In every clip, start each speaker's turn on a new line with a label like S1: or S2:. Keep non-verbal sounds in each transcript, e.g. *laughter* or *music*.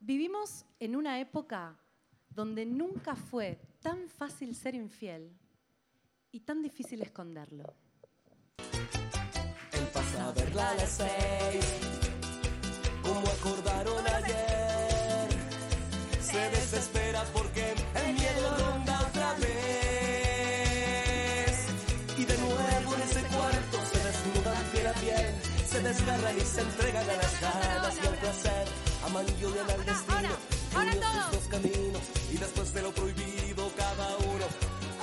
S1: Vivimos en una época donde nunca fue tan fácil ser infiel y tan difícil esconderlo.
S2: El pasa a verla a las seis, como acordaron ayer. Se desespera porque el miedo ronda otra vez. Y de nuevo en ese cuarto se desnudan piel a piel, se desgarran y se entregan a las ganas y al placer. Aman y odian al destino,
S3: ahora
S2: unen sus
S3: todos.
S2: dos caminos y después de lo prohibido cada uno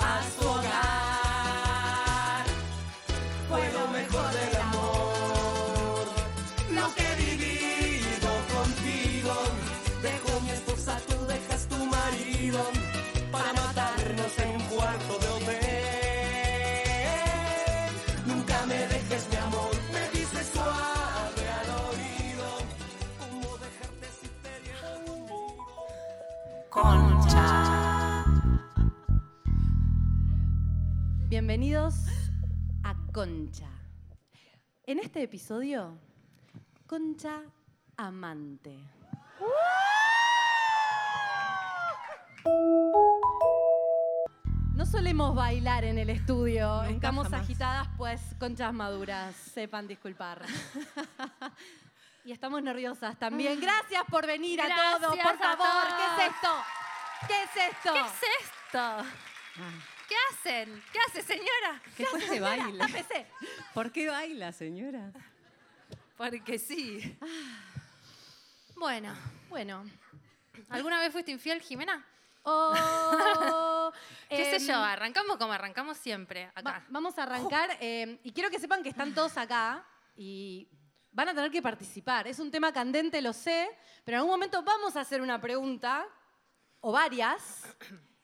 S2: a su hogar. Fue lo mejor del amor, lo que he vivido contigo. Dejo mi esposa, tú dejas tu marido para matarnos en un cuarto de hotel. Nunca me dejes, mi amor, me dices suave al oído. ¿Cómo dejarte si te llevo conmigo?
S1: Bienvenidos a Concha. En este episodio, Concha Amante. No solemos bailar en el estudio, estamos
S3: jamás.
S1: agitadas, pues conchas maduras, sepan
S3: *laughs*
S1: disculpar. y estamos nerviosas también. Gracias por venir a
S3: Ah. Gracias
S1: todos, por
S3: a
S1: favor. ¿Qué es
S3: todos.
S1: esto? ¿Qué es esto?
S3: ¿Qué es esto? ¿Qué hacen? ¿Qué hace, señora?
S4: Que después se baila.
S1: APC.
S4: ¿Por qué baila, señora?
S3: Porque sí. Bueno,
S1: Bueno,
S3: ¿alguna vez fuiste infiel, Jimena?
S1: Oh,
S3: *laughs* ¿Qué
S1: em,
S3: sé yo? Arrancamos como arrancamos siempre,
S1: va-
S3: acá.
S1: vamos a
S3: *laughs*
S1: arrancar em, y quiero que sepan que están todos acá y van a tener que participar. Es un tema candente, lo sé, pero en algún momento vamos a hacer una pregunta o
S3: *coughs*
S1: varias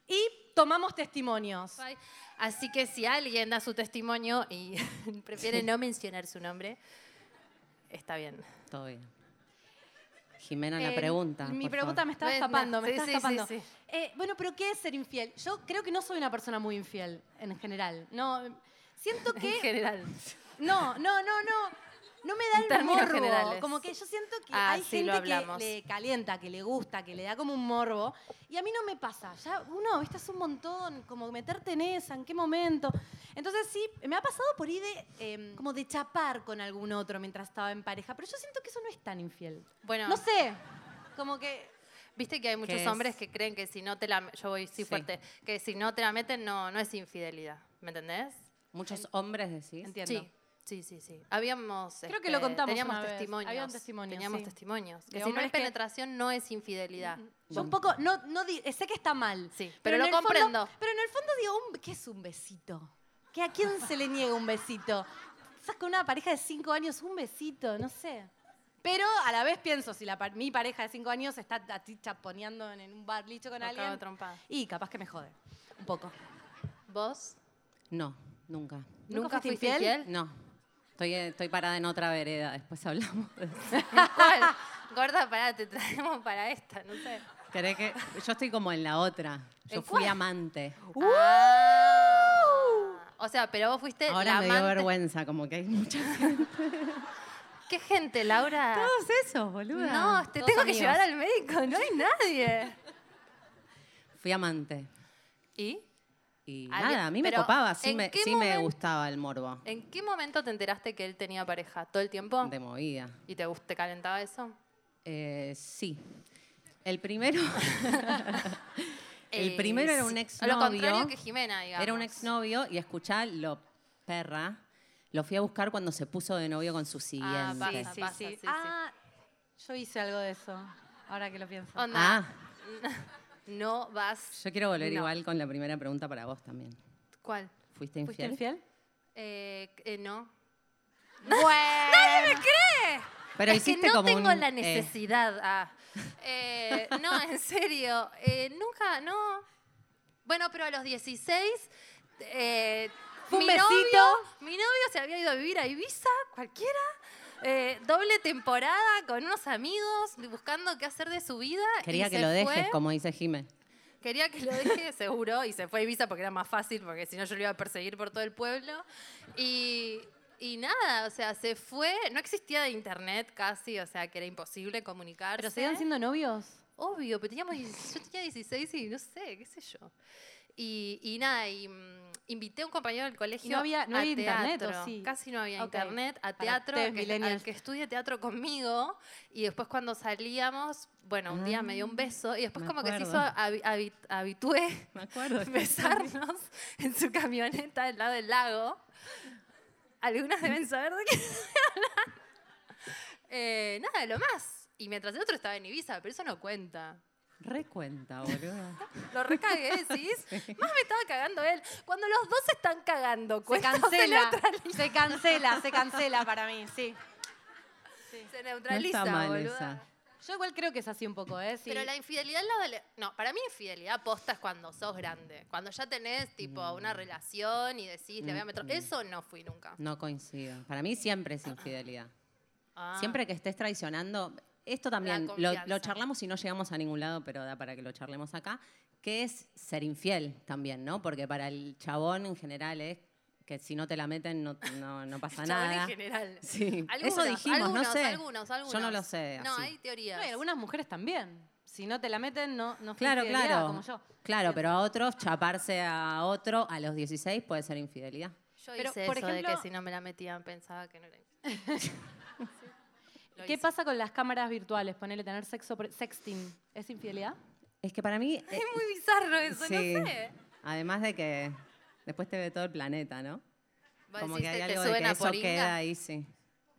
S1: y tomamos testimonios.
S3: Ay, Así que si alguien da su testimonio y *laughs* prefiere no mencionar su nombre, está bien.
S4: Todo bien. Jimena, la
S1: Eh,
S4: pregunta.
S1: Mi
S4: por
S1: pregunta me
S4: favor.
S1: estaba
S3: Bueno,
S1: escapando, me
S3: sí,
S1: estaba
S3: sí, sí,
S1: escapando.
S3: sí.
S1: Eh, bueno, pero ¿qué es ser infiel? Yo creo que no soy una persona muy infiel en general. No, siento
S3: En
S1: que
S3: general.
S1: No, no, no, no. No me da el
S3: términos
S1: morbo.
S3: generales.
S1: Como que yo siento que
S3: Ah,
S1: hay
S3: sí, lo
S1: gente que
S3: hablamos.
S1: le calienta, que le gusta, que le da como un morbo. Y a mí no me pasa. Ya uno, viste, hace un montón, como meterte en esa, en qué momento. Entonces sí, me ha pasado por ir de, eh, como de chapar con algún otro mientras estaba en pareja. Pero yo siento que eso no es tan infiel.
S3: Bueno,
S1: No sé, como que...
S3: viste que hay muchos
S4: es?
S3: hombres que creen que si no te la... Yo voy sí,
S4: Sí.
S3: fuerte. Que si no te la meten, no, no es infidelidad. ¿Me entendés?
S4: Muchos hombres decís.
S1: Entiendo.
S3: Sí. Sí, sí, sí. Habíamos. este,
S1: Creo que lo contamos
S3: Teníamos
S1: una vez.
S3: testimonios.
S1: Habían testimonios,
S3: Teníamos
S1: sí.
S3: testimonios.
S1: De
S3: Que si no
S1: hombres
S3: es
S1: que-
S3: penetración, no es infidelidad.
S1: Yo un poco, no, no di- sé que está mal.
S3: Sí, pero lo
S1: en el fondo-
S3: comprendo.
S1: pero en el fondo digo, un- ¿qué es un besito? ¿Qué, ¿A quién se le niega un besito? Estás con una pareja de cinco años, un besito, no sé. Pero a la vez pienso, si la, par- mi pareja de cinco años está a ti chaponeando en, en un bar licho con
S3: Me acabo de
S1: alguien,
S3: trompar.
S1: y capaz que me jode, un poco.
S3: ¿Vos?
S4: No, nunca.
S1: ¿Nunca
S3: ¿Nunca
S1: fuiste
S3: fuiste
S1: infiel?
S3: infiel?
S4: No. Estoy, eh, estoy parada en otra vereda, después hablamos.
S3: *laughs*
S4: de eso.
S3: *laughs* ¿Cuál? Gorda, pará, te traemos para esta, no sé.
S4: ¿Querés que.? Yo estoy como en la otra. Yo
S3: ¿En
S4: fui
S3: cuál?
S4: amante.
S1: ¡Uh!
S3: Ah. O sea, pero vos fuiste la
S4: Ahora me dio
S3: amante-
S4: vergüenza, como que hay mucha gente.
S3: ¿Qué gente, Laura?
S4: Todos esos, boluda.
S3: Ah. No, te
S1: Todos
S3: tengo que
S1: amigos.
S3: llevar al médico, no hay nadie.
S1: *laughs*
S4: Fui amante.
S3: ¿Y?
S4: Y
S3: Alguien-
S4: nada, a mí me
S3: pero,
S4: copaba, sí,
S3: ¿en
S4: me,
S3: qué
S4: sí me
S3: momento-
S4: gustaba el morbo.
S3: ¿En qué momento te enteraste que él tenía pareja? ¿Todo el tiempo?
S4: De movida.
S3: ¿Y te, gust- te calentaba eso?
S4: Eh, sí.
S3: *laughs*
S4: El primero. el
S3: Eh,
S4: primero era
S3: sí.
S4: un
S3: A Lo
S4: exnovio.
S3: contrario que Jimena, digamos.
S4: Era un exnovio y escuchá lo perra. Lo fui a buscar cuando se puso de novio con su siguiente.
S3: Ah, pasa,
S1: Sí,
S3: pasa,
S1: sí.
S3: sí, sí.
S1: ah, yo hice algo de eso, ahora que lo pienso.
S3: Onda,
S4: Ah,
S3: no vas.
S4: yo quiero volver
S3: No.
S4: igual con la primera pregunta para vos también.
S3: ¿Cuál?
S4: ¿Fuiste infiel?
S1: ¿Fuiste infiel?
S3: Eh, eh, *laughs* no.
S1: Bueno,
S4: Pero
S3: es
S4: hiciste
S3: que no
S4: como
S3: tengo
S4: un,
S3: la
S4: eh,
S3: necesidad.
S4: *laughs*
S3: ah. Eh, no, en serio. eh, nunca, no. Bueno, pero a los 16. eh,
S1: Fue un
S3: mi
S1: besito.
S3: novio- mi novio se había ido a vivir a Ibiza, cualquiera. eh, doble temporada con unos amigos, buscando qué hacer de su vida. y
S4: quería que
S3: se
S4: lo dejes,
S3: fue.
S4: como dice Jimé.
S3: Quería que lo deje *laughs* seguro y se fue a Ibiza porque era más fácil, porque si no yo lo iba a perseguir por todo el pueblo. Y, y nada, o sea, se fue, no existía de internet casi, o sea, que era imposible comunicarse.
S1: ¿Pero seguían siendo novios?
S3: obvio, pero teníamos, 16 yo tenía 16 y no sé, qué sé yo. Y, y nada, y, mm, invité a un compañero del colegio.
S1: Y no había- no
S3: a
S1: había internet,
S3: teatro.
S1: ¿o sí?
S3: Casi no había
S1: Ok.
S3: internet, a
S1: Para
S3: teatro,
S1: ustedes,
S3: a que, a
S1: millennials.
S3: que estudie teatro conmigo. Y después cuando salíamos, bueno, un día me dio un
S1: Mm.
S3: beso y después
S4: me
S3: como que se hizo
S4: acuerdo.
S3: habi- habi- habitué
S4: *laughs* Me
S3: *laughs*
S4: acuerdo.
S3: besarnos en su camioneta al lado del lago. Algunas deben saber de qué *laughs* estoy hablando. Eh, nada, lo más. Y mientras el otro estaba en Ibiza, pero eso no cuenta.
S4: Recuenta, boludo.
S3: Lo recagué, decís.
S4: *laughs*
S3: Más me estaba cagando él. Cuando los dos se están cagando,
S1: Se
S3: cuentas en
S1: cancela,
S3: otra
S1: se cancela, se cancela para mí, sí.
S3: li- se
S4: No
S3: neutraliza,
S4: está mal
S3: boluda.
S4: esa.
S1: Yo igual creo que es así un poco, ¿eh? Sí.
S3: Pero la infidelidad en la adole- No, para mí infidelidad posta es cuando sos grande. Cuando ya tenés, tipo, una
S4: Mm.
S3: relación y decís, le voy a meter... Eso no fui nunca.
S4: No coincido. Para mí siempre es infidelidad.
S3: Ah.
S4: Siempre que estés traicionando, esto también lo,
S3: confianza.
S4: lo charlamos y no llegamos a ningún lado, pero da para que lo charlemos acá, que es ser infiel también, ¿no? Porque para el chabón en general es que si no te la meten no,
S3: *laughs*
S4: no, no pasa
S3: Chabón
S4: nada.
S3: en general.
S4: *laughs* Sí,
S3: Algunos,
S4: eso dijimos,
S3: algunos,
S4: no sé.
S3: Algunos, algunos.
S4: Yo no lo sé.
S3: No,
S4: así.
S3: hay teorías.
S1: No, y algunas mujeres también. Si no te la meten, no, no fue
S4: Claro,
S1: infidelidad,
S4: claro.
S1: como yo.
S4: Claro, pero a otros, chaparse a otro a los 16 puede ser infidelidad.
S3: Yo
S1: Pero,
S3: hice
S1: por
S3: eso de
S1: ejemplo-
S3: que si no me la metían pensaba que no
S4: *laughs*
S3: era Lo
S1: ¿Qué
S3: hice.
S1: pasa con las cámaras virtuales? Ponerle tener sexo, por- sexting, ¿es infidelidad?
S4: Es que para mí. eh,
S3: *laughs* Es muy bizarro eso,
S4: sí.
S3: no sé.
S4: Además de que después te ve todo el planeta, ¿no?
S3: Vos
S4: Como
S3: decís,
S4: que hay
S3: te- te
S4: algo de
S3: suben
S4: que
S3: a
S4: eso
S3: poringa.
S4: queda ahí, sí.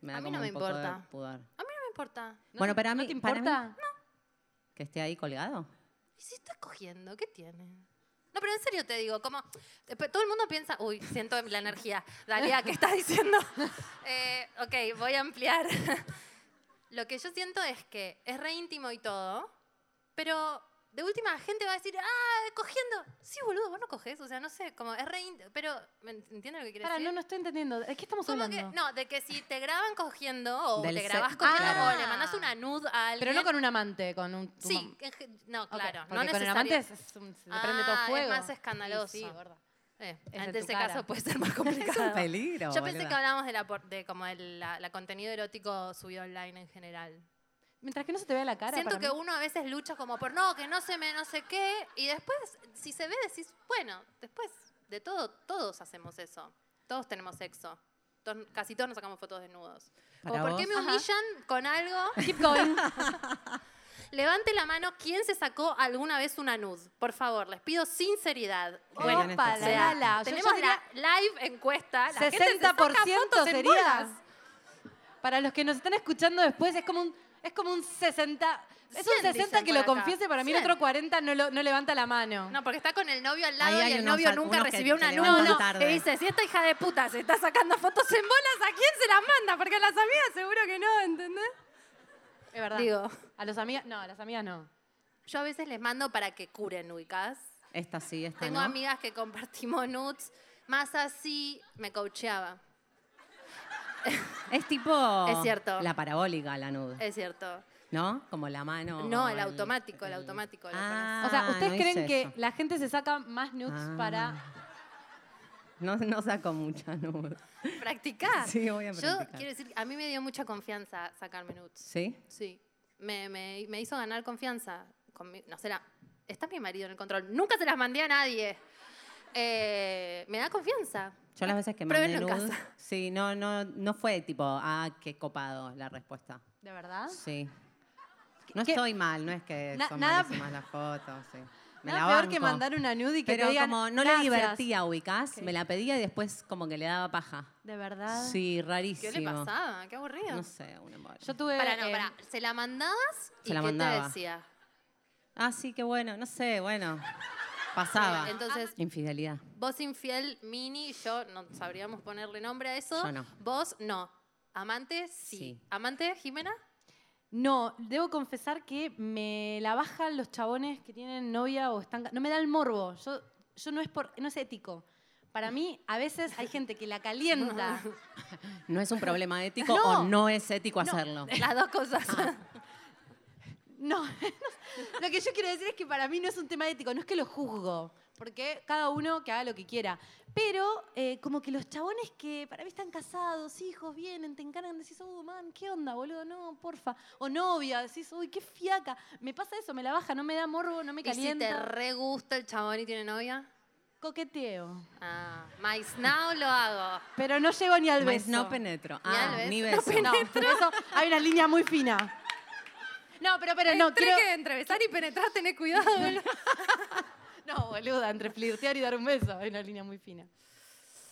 S4: Me da
S3: A mí
S4: como
S3: no me
S4: un poco de
S3: importa.
S4: pudor.
S3: A mí no me importa.
S1: ¿No
S4: Bueno,
S1: te-
S4: para
S1: ¿no
S4: mí-
S1: te
S4: para mí-
S1: importa?
S4: ¿Que esté ahí colgado?
S3: ¿Y si está cogiendo? ¿Qué tiene? No, pero en serio te digo, como eh, pe- todo el mundo piensa, uy, siento la energía, Dalia, ¿qué estás diciendo? *laughs* Eh, ok, voy a ampliar. *laughs* Lo que yo siento es que es re íntimo y todo, pero de última la gente va a decir, ah, cogiendo. Sí, boludo, vos no coges, o sea, no sé, como es re íntimo, pero ¿me ent- entiendes lo que quieres
S1: Para, no,
S3: decir?
S1: no estoy entendiendo. ¿De qué estamos
S3: Como
S1: hablando?
S3: que, no, de que si te graban cogiendo o
S4: Del
S3: te
S4: se-
S3: grabas cogiendo
S1: Ah.
S3: o le mandas una nude a alguien.
S1: Pero no con un amante, con un... tu
S3: Sí,
S1: mam-
S3: en ge- no,
S1: Ok, porque
S3: claro. no
S1: con el
S3: necesariamente
S1: amante es- es un- se le prende todo
S3: Ah, es
S1: fuego.
S3: más
S1: Sí,
S3: escandaloso.
S1: Sí, gorda.
S3: Eh,
S1: Es en
S3: en
S1: tu
S3: ese
S1: cara.
S3: caso puede
S1: *laughs*
S3: ser más complicado.
S4: peligro,
S3: Yo pensé
S4: boluda.
S3: que hablábamos de la por- de como el la, la contenido erótico subido online en general.
S1: Mientras que no se te vea la cara.
S3: Siento
S1: para
S3: que
S1: mí-
S3: uno a veces lucha como por no, que no se me no sé qué y después si se ve decís, bueno, después de todo todos hacemos eso. Todos tenemos sexo. Todos- casi todos nos sacamos fotos desnudos. Como,
S4: Para
S3: ¿Por qué
S4: vos.
S3: me
S1: Ajá.
S3: humillan
S1: *laughs*
S3: con algo?
S1: Keep going.
S3: Levante la mano quien se sacó alguna vez una nud. Por favor, les pido sinceridad.
S4: Bueno,
S1: Opa, la,
S4: o
S1: la,
S4: sea,
S1: la. Yo- yo
S3: Tenemos
S1: diría-
S3: la live encuesta. La gente se saca
S1: 60%
S3: fotos en bolas.
S1: sería. Para los que nos están escuchando después, es como un, es como un 60. Es un
S3: 100 dicen
S1: 60 que
S3: por
S1: lo
S3: acá.
S1: confiese, para mí el
S3: 100.
S1: otro 40 no, lo- no levanta la mano.
S3: No, porque está con el novio al
S4: Ahí
S3: lado
S4: hay
S3: y el
S4: unos
S3: novio
S4: a-
S3: nunca
S4: unos que-
S3: recibió
S4: que
S3: una
S4: levantan
S3: nud.
S4: tarde.
S3: Y dice, si esta hija de puta se está sacando fotos en bolas, ¿a quién se las manda? Porque a las amigas seguro que no, ¿entendés?
S1: Es verdad.
S3: Digo.
S1: A los amigas, no, a las amigas no.
S3: Yo a veces les mando para que curen, ubicás.
S4: Esta sí, esta
S3: Tengo
S4: Ah, no.
S3: amigas que compartimos nudes. Más así, me coacheaba.
S4: Es tipo...
S3: Es cierto.
S4: La parabólica, la nude.
S3: Es cierto.
S4: ¿No? Como la mano...
S3: No, el automático, el automático, lo
S4: Ah,
S1: O sea, ¿ustedes
S4: no
S1: creen
S4: hice
S1: que
S4: eso.
S1: la gente se saca más nudes
S4: Ah.
S1: para.
S4: No, no saco mucha nude.
S3: Practicar.
S4: *laughs* Sí, voy a
S3: Yo
S4: practicar.
S3: quiero decir, a mí me dio mucha confianza sacarme nudes.
S4: ¿Sí?
S3: Sí, me, me- me hizo ganar confianza. Con mi- no será, está mi marido en el control. Nunca se las mandé a nadie. Eh, me da confianza.
S4: Yo las veces que mandé
S3: Pruébenlo Eh, en
S4: nude...
S3: casa. *laughs*
S4: Sí, no, no, no fue tipo, ah, qué copado la respuesta.
S1: ¿De verdad?
S4: Sí. No
S1: ¿Qué-
S4: estoy mal, no es que
S1: Na-
S4: son
S1: nada-
S4: malísimas las fotos, sí. Me
S1: Nada
S4: la
S1: peor que
S4: banco.
S1: mandar una nude y que
S4: Pero
S1: te digan,
S4: como no
S1: "Gracias".
S4: le divertía, ubicás,
S1: Ok. Ah.
S4: me la pedía y después como que le daba paja.
S1: ¿De verdad?
S4: Sí, rarísimo.
S3: ¿Qué le pasaba? Qué aburrido.
S4: No sé, un embole.
S1: Yo tuve.
S3: Pará, no,
S1: eh,
S3: pará. ¿Se la mandabas?
S4: Se
S3: ¿Y
S4: la
S3: qué
S4: mandaba.
S3: te decía?
S4: Ah, sí, qué bueno, no sé, bueno. Pasaba.
S3: Entonces,
S4: Infidelidad.
S3: vos infiel, mini, yo no sabríamos ponerle nombre a eso.
S4: Yo no.
S3: Vos no. Amante, sí.
S4: Sí.
S3: ¿Amante, Jimena?
S1: No, debo confesar que me la bajan los chabones que tienen novia o están. ca- No me da el morbo. Yo, yo no es por, no es ético. Para mí, a veces hay gente que la calienta.
S4: ¿No es un problema
S1: No.
S4: ético
S1: *laughs*
S3: *laughs* Ah.
S4: o no es ético hacerlo?
S3: Las dos cosas.
S1: No, *laughs* no, Lo que yo quiero decir es que para mí no es un tema ético, no es que lo juzgo, porque cada uno que haga lo que quiera. Pero eh, como que los chabones que para mí están casados, hijos, vienen, te encargan, decís, oh, man, ¿qué onda, boludo? No, porfa. O novia, decís, uy, qué fiaca. Me pasa eso, me la baja, no me da morbo, no me
S3: ¿Y si te
S1: calienta.
S3: re gusta el chabón y tiene novia?
S1: Coqueteo.
S3: Ah, mais now lo hago.
S1: Pero no llego ni al
S4: Mas
S1: beso.
S4: no penetro.
S3: Ni al
S4: Ah,
S3: beso.
S4: ni
S3: No
S4: beso.
S1: No, eso hay una línea muy fina. No, pero, pero no,
S3: Entre
S1: quiero...
S3: que entrevistar y penetrar, tenés cuidado. boludo.
S1: No, boluda, entre flirtear y dar un beso hay una línea muy fina.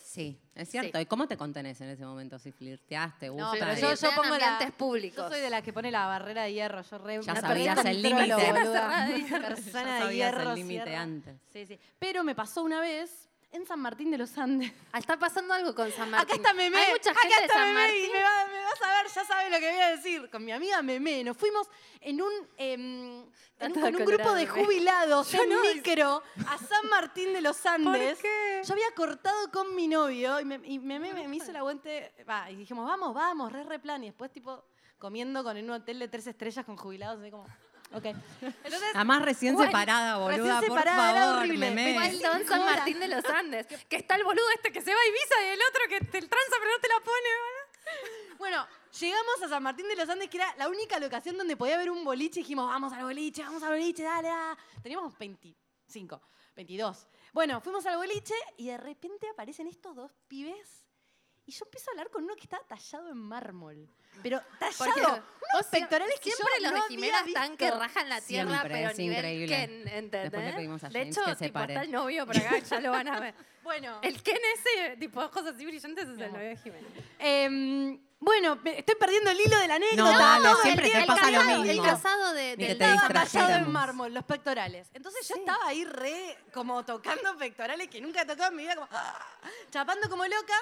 S4: Sí, es cierto.
S3: Sí.
S4: ¿Y cómo te contenés en ese momento? Si flirteaste, gusta.
S1: pero
S4: y-
S1: yo-
S3: Flirtean
S1: pongo la-
S3: ambientes públicos.
S1: Yo soy de las que pone la barrera de hierro. Yo re
S4: Ya
S1: me
S4: sabías
S1: perdí
S4: el
S1: control,
S4: límite.
S1: boluda.
S4: *laughs* Ya
S1: Persona de
S4: sabías el
S1: hierro.
S4: límite
S1: cierra.
S4: antes.
S1: Sí, sí. Pero me pasó una vez en San Martín de los Andes.
S3: Ah, Está pasando algo con San Martín.
S1: Acá está Meme.
S3: Hay mucha
S1: acá
S3: gente de
S1: está
S3: San
S1: Meme
S3: Martín.
S1: y me va, me va a saber, ya sabe lo que voy a decir. Con mi amiga Meme nos fuimos en un, em,
S3: Está
S1: en un-
S3: todo
S1: con un grupo
S3: colorado,
S1: de
S3: Meme.
S1: jubilados
S3: Yo
S1: en
S3: no.
S1: micro a San Martín de los Andes.
S3: qué?
S1: Yo había cortado con mi novio y, me, y Meme me, me hizo el aguante. va, y dijimos, vamos, vamos, re, re plan. Y después, tipo, comiendo con en un hotel de tres estrellas con jubilados. Así como,
S3: *laughs*
S1: ok. Entonces,
S4: Además, recién
S1: Bueno,
S4: separada,
S1: recién
S4: boluda, por
S1: separada, era
S4: favor,
S1: horrible.
S4: memé.
S1: Igual-
S3: Son San Martín de los Andes. Que está el boludo este que se va a Ibiza y el otro que te el tranza pero no te la pone. ¿verdad?
S1: Bueno, llegamos a San Martín de los Andes, que era la única locación donde podía haber un boliche. y Dijimos, vamos al boliche, vamos al boliche, dale, dale. Teníamos 25, 22. Bueno, fuimos al boliche y de repente aparecen estos dos pibes. Y yo empiezo a hablar con uno que estaba tallado en mármol. Pero
S3: Porque
S1: tallado. Unos
S3: vos
S1: pectorales que yo
S3: siempre los
S1: no
S3: de
S1: había
S3: Jimena están que
S1: visto.
S3: rajan la tierra,
S4: Siempre,
S3: pero
S4: es
S3: nivel
S4: increíble.
S3: Ken, ¿entendés?
S4: Después le pedimos a
S3: ¿eh? de
S4: James
S3: hecho,
S4: que se
S3: tipo,
S4: pare.
S3: está el novio por acá, ya lo van a ver.
S1: *laughs* Bueno.
S3: El Ken ese, tipo, ojos así brillantes, es el novio de Jimena.
S1: em, bueno, me- estoy perdiendo el hilo de la
S4: No,
S1: anécdota.
S4: dale,
S1: todo el
S4: siempre
S1: día
S4: te
S1: el
S4: pasa lo
S1: casado, el
S4: mismo.
S1: casado.
S3: de,
S4: Ni que
S3: del
S4: te
S3: Dava
S1: estaba tallado en
S4: distrajéramos.
S1: mármol, los pectorales. Entonces yo estaba ahí re, como tocando pectorales que nunca he tocado en mi vida, como ¡ah! chapando como loca.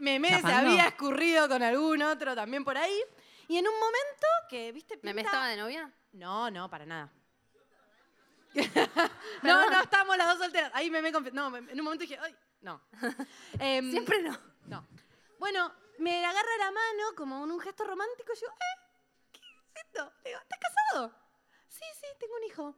S1: Meme se
S4: ¿Chapando?
S1: había escurrido con algún otro también por ahí. Y en un momento que, viste,
S3: ¿Me, me
S1: pinta-
S3: estaba de novia?
S1: No, no, para
S3: *laughs*
S1: nada. no,
S3: Perdón.
S1: no, estábamos las dos solteras. Ahí Meme confi- No, me- en un momento dije, ay,
S3: *laughs*
S1: no. Em,
S3: Siempre no.
S1: no. Bueno, me agarra la mano como en un gesto romántico. Yo, ¿eh? ¿Qué es esto? Le digo, ¿estás casado? Sí, sí, tengo un hijo.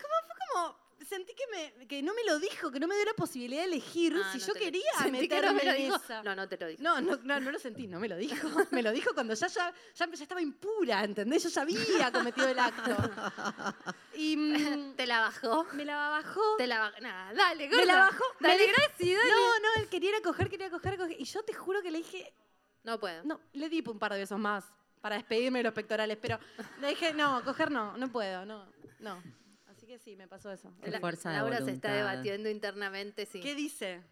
S1: Como fue como, sentí que, me, que no me lo dijo, que no me dio la posibilidad de elegir
S3: Ah,
S1: si
S3: no
S1: yo
S3: te lo-
S1: quería
S3: Sentí que
S1: meterme
S3: no me lo
S1: en
S3: dijo.
S1: esa.
S3: No, no te lo dijo.
S1: No, no, no, no lo sentí, no me lo dijo. *laughs* Me lo dijo cuando ya, ya, ya, ya estaba impura, ¿entendés? Yo ya había cometido el acto. Y mm,
S3: *laughs* Te la bajó.
S1: me la bajó.
S3: Te la bajó. Nah, dale, gorda.
S1: me la bajó. me
S3: Dale,
S1: dijo-
S3: gracias, dale.
S1: No, no, él quería ir a coger, quería coger, coger. Y yo te juro que le dije,
S3: No puedo.
S1: no, le di un par de besos más para despedirme de los pectorales, pero le dije, no, coger no, no puedo, no, no. Así que sí, me pasó eso.
S4: Qué fuerza de
S3: Laura se está
S4: voluntad.
S3: debatiendo internamente, sí.
S1: ¿Qué dice?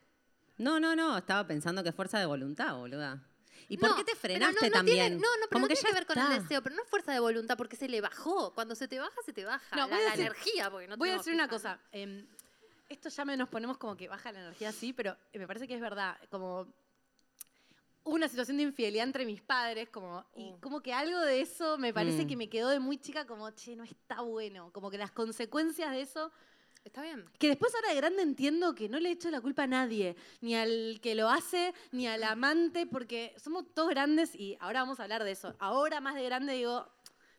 S4: No, no, no, estaba pensando que es fuerza de voluntad, boluda. ¿Y por
S3: No,
S4: qué te
S3: pero
S4: frenaste
S3: no, no tiene-
S4: también?
S3: no, no, pero
S4: Como
S3: no tiene que
S4: ya
S3: ver con
S4: está.
S3: el deseo, pero no es fuerza de voluntad porque se le bajó. Cuando se te baja, se te baja.
S1: No,
S3: la,
S1: voy a
S3: la
S1: decir-
S3: energía, porque no
S1: Voy a
S3: tenemos
S1: decir una
S3: pija.
S1: cosa. em, esto ya me nos ponemos como que baja la energía, sí, pero eh, me parece que es verdad. Como hubo una situación de infidelidad entre mis padres, como, y
S3: Uh.
S1: como que algo de eso me parece
S4: Mm.
S1: que me quedó de muy chica, como, che, no está bueno. Como que las consecuencias de eso
S3: Está bien.
S1: Que después ahora de grande entiendo que no le echo la culpa a nadie, ni al que lo hace, ni al amante, porque somos todos grandes y ahora vamos a hablar de eso. Ahora más de grande digo,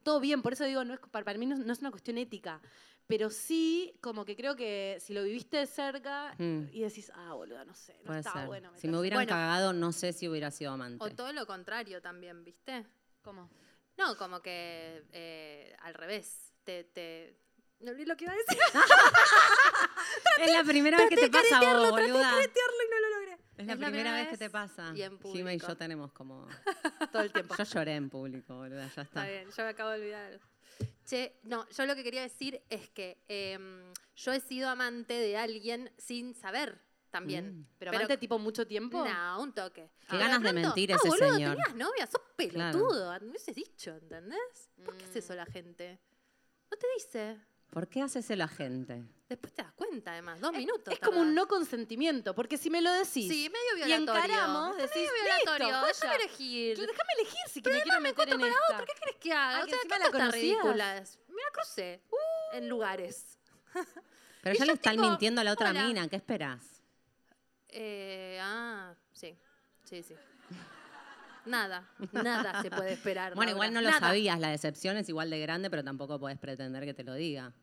S1: todo bien, por eso digo, no es, para, para mí no, es- no es una cuestión ética, pero sí como que creo que si lo viviste de cerca
S4: Mm.
S1: y decís, ah, boluda, no sé, no
S4: Puede
S1: está
S4: ser.
S1: bueno.
S4: si me hubieran
S3: Bueno.
S4: cagado, no sé si hubiera sido amante.
S3: O todo lo contrario también, ¿viste?
S1: ¿Cómo?
S3: No, como que eh, al revés. Te, te... No olvidé lo que iba
S1: *laughs*
S3: a decir.
S4: es la primera vez que te pasa a vos, boluda.
S3: Tirarlo y no lo logré.
S4: Es la primera vez que te pasa.
S3: Y en público.
S4: Jime y yo tenemos
S3: *laughs*
S4: como...
S1: Todo el tiempo.
S4: Yo lloré en público, boluda,
S3: Está
S4: ya
S1: Ah.
S4: está.
S3: bien, yo me acabo de olvidar. Che, no, yo lo que quería decir es que em, yo he sido amante de alguien sin saber también.
S4: Mm.
S1: ¿Pero amante tipo mucho tiempo?
S3: No, un toque.
S4: Qué
S3: Pero
S4: ganas de
S3: pronto,
S4: mentir
S3: "Ah,
S4: ese
S3: boludo,
S4: señor".
S3: tenías novia, sos
S4: Claro.
S3: pelotudo. No hubieses dicho, ¿entendés? ¿Por qué hace eso
S1: Mm.
S3: la gente? No te dice.
S4: ¿Por qué haces el agente?
S3: Después te das cuenta, además. Dos
S1: Es-
S3: minutos.
S1: Es como un
S3: tardás.
S1: no consentimiento, porque si me lo decís
S3: Sí, medio
S1: y
S3: violatorio.
S1: encaramos,
S3: Está
S1: decís,
S3: medio violatorio.
S1: "Listo,
S3: Déjame
S1: joya".
S3: elegir.
S1: Claro, Déjame elegir si que me quiero
S3: me
S1: meter
S3: encuentro
S1: en
S3: para
S1: esta.
S3: vos. ¿Por qué crees que haga?
S1: Ah,
S3: o
S1: que
S3: sea,
S1: encima
S3: ¿qué
S1: la
S3: tantas
S1: conocías.
S3: ridículas? Me la crucé. En lugares.
S4: Pero
S3: Y
S4: ya
S3: yo
S4: le están
S3: tipo,
S4: mintiendo a la otra
S3: hola.
S4: mina, ¿qué esperás?
S3: Eh, ah, sí. Sí, sí. Nada, nada se puede esperar. Laura,
S4: Bueno, igual no lo
S3: nada.
S4: sabías, la decepción es igual de grande, pero tampoco podés pretender que te lo diga.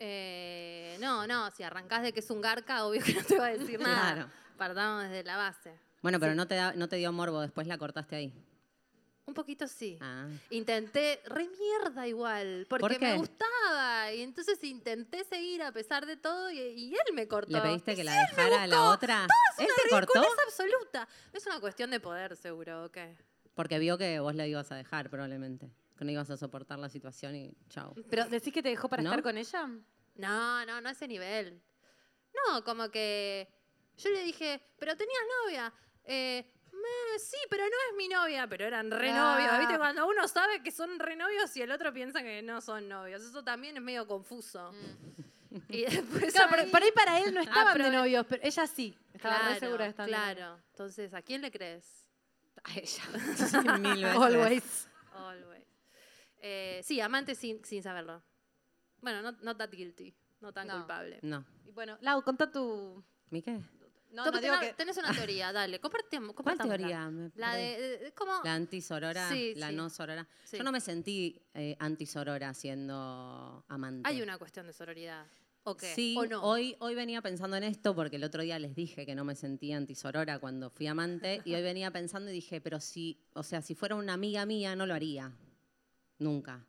S3: Eh, no, no, si arrancás de que es un garca, obvio que no te va a decir nada.
S4: Claro.
S3: Partamos desde la base.
S4: Bueno, pero no, te da- no te dio morbo, después la cortaste ahí.
S3: Un poquito sí.
S4: Ah.
S3: Intenté, re mierda igual, porque
S4: ¿Por qué?
S3: me gustaba. Y entonces intenté seguir a pesar de todo y, y él me cortó.
S4: ¿Le pediste
S3: Y
S4: que
S3: sí,
S4: la
S3: él me
S4: dejara a la
S3: buscó.
S4: otra?
S3: Es
S4: ¿Él
S3: una
S4: te cortó?
S3: ridiculez absoluta. Es una cuestión de poder, seguro, ¿o qué?
S4: Porque vio que vos la ibas a dejar, probablemente. Que no ibas a soportar la situación y
S3: *laughs*
S4: chao.
S5: Pero decís que te dejó para
S4: ¿No?
S5: estar con ella.
S3: No, no, no a ese nivel. No, como que yo le dije, pero tenías novia. Eh, "Me, sí, pero no es mi novia, pero eran re
S5: Ah.
S3: novios. ¿Viste? Cuando uno sabe que son re novios y el otro piensa que no son novios. Eso también es medio confuso. *laughs* Y después
S5: Mm. Claro, por,
S3: ahí-
S5: por ahí para él no estaban de
S3: Aprove-
S5: novios, Ah, pero ella sí. Estaba re
S3: Claro,
S5: segura de estar.
S3: Claro. Entonces, ¿a quién le crees?
S5: A ella.
S4: Mil
S1: *laughs*
S4: veces.
S5: Always.
S3: Always. Eh, sí, amante sin, sin saberlo. Bueno, no not that guilty. No tan
S5: No.
S3: culpable.
S4: No.
S5: Y bueno, Lau, contá tu.
S4: ¿Mi qué?
S5: No,
S3: Tú
S5: no digo
S3: tenés,
S5: que.
S3: tenés una
S5: *laughs*
S3: teoría, dale. Compartimos.
S4: ¿Cuál teoría? Me
S3: La
S4: perdí.
S3: de, de- de- ¿cómo?
S4: La antisorora,
S3: Sí,
S4: la
S3: sí.
S4: no sorora.
S3: Sí.
S4: Yo no me sentí eh, antisorora siendo amante.
S3: Hay una cuestión de sororidad. ¿O qué?
S4: Sí,
S3: ¿O no?
S4: hoy, hoy venía pensando en esto porque el otro día les dije que no me sentía antisorora cuando fui amante y hoy venía pensando y dije, pero si, o sea, si fuera una amiga mía no lo haría. Nunca.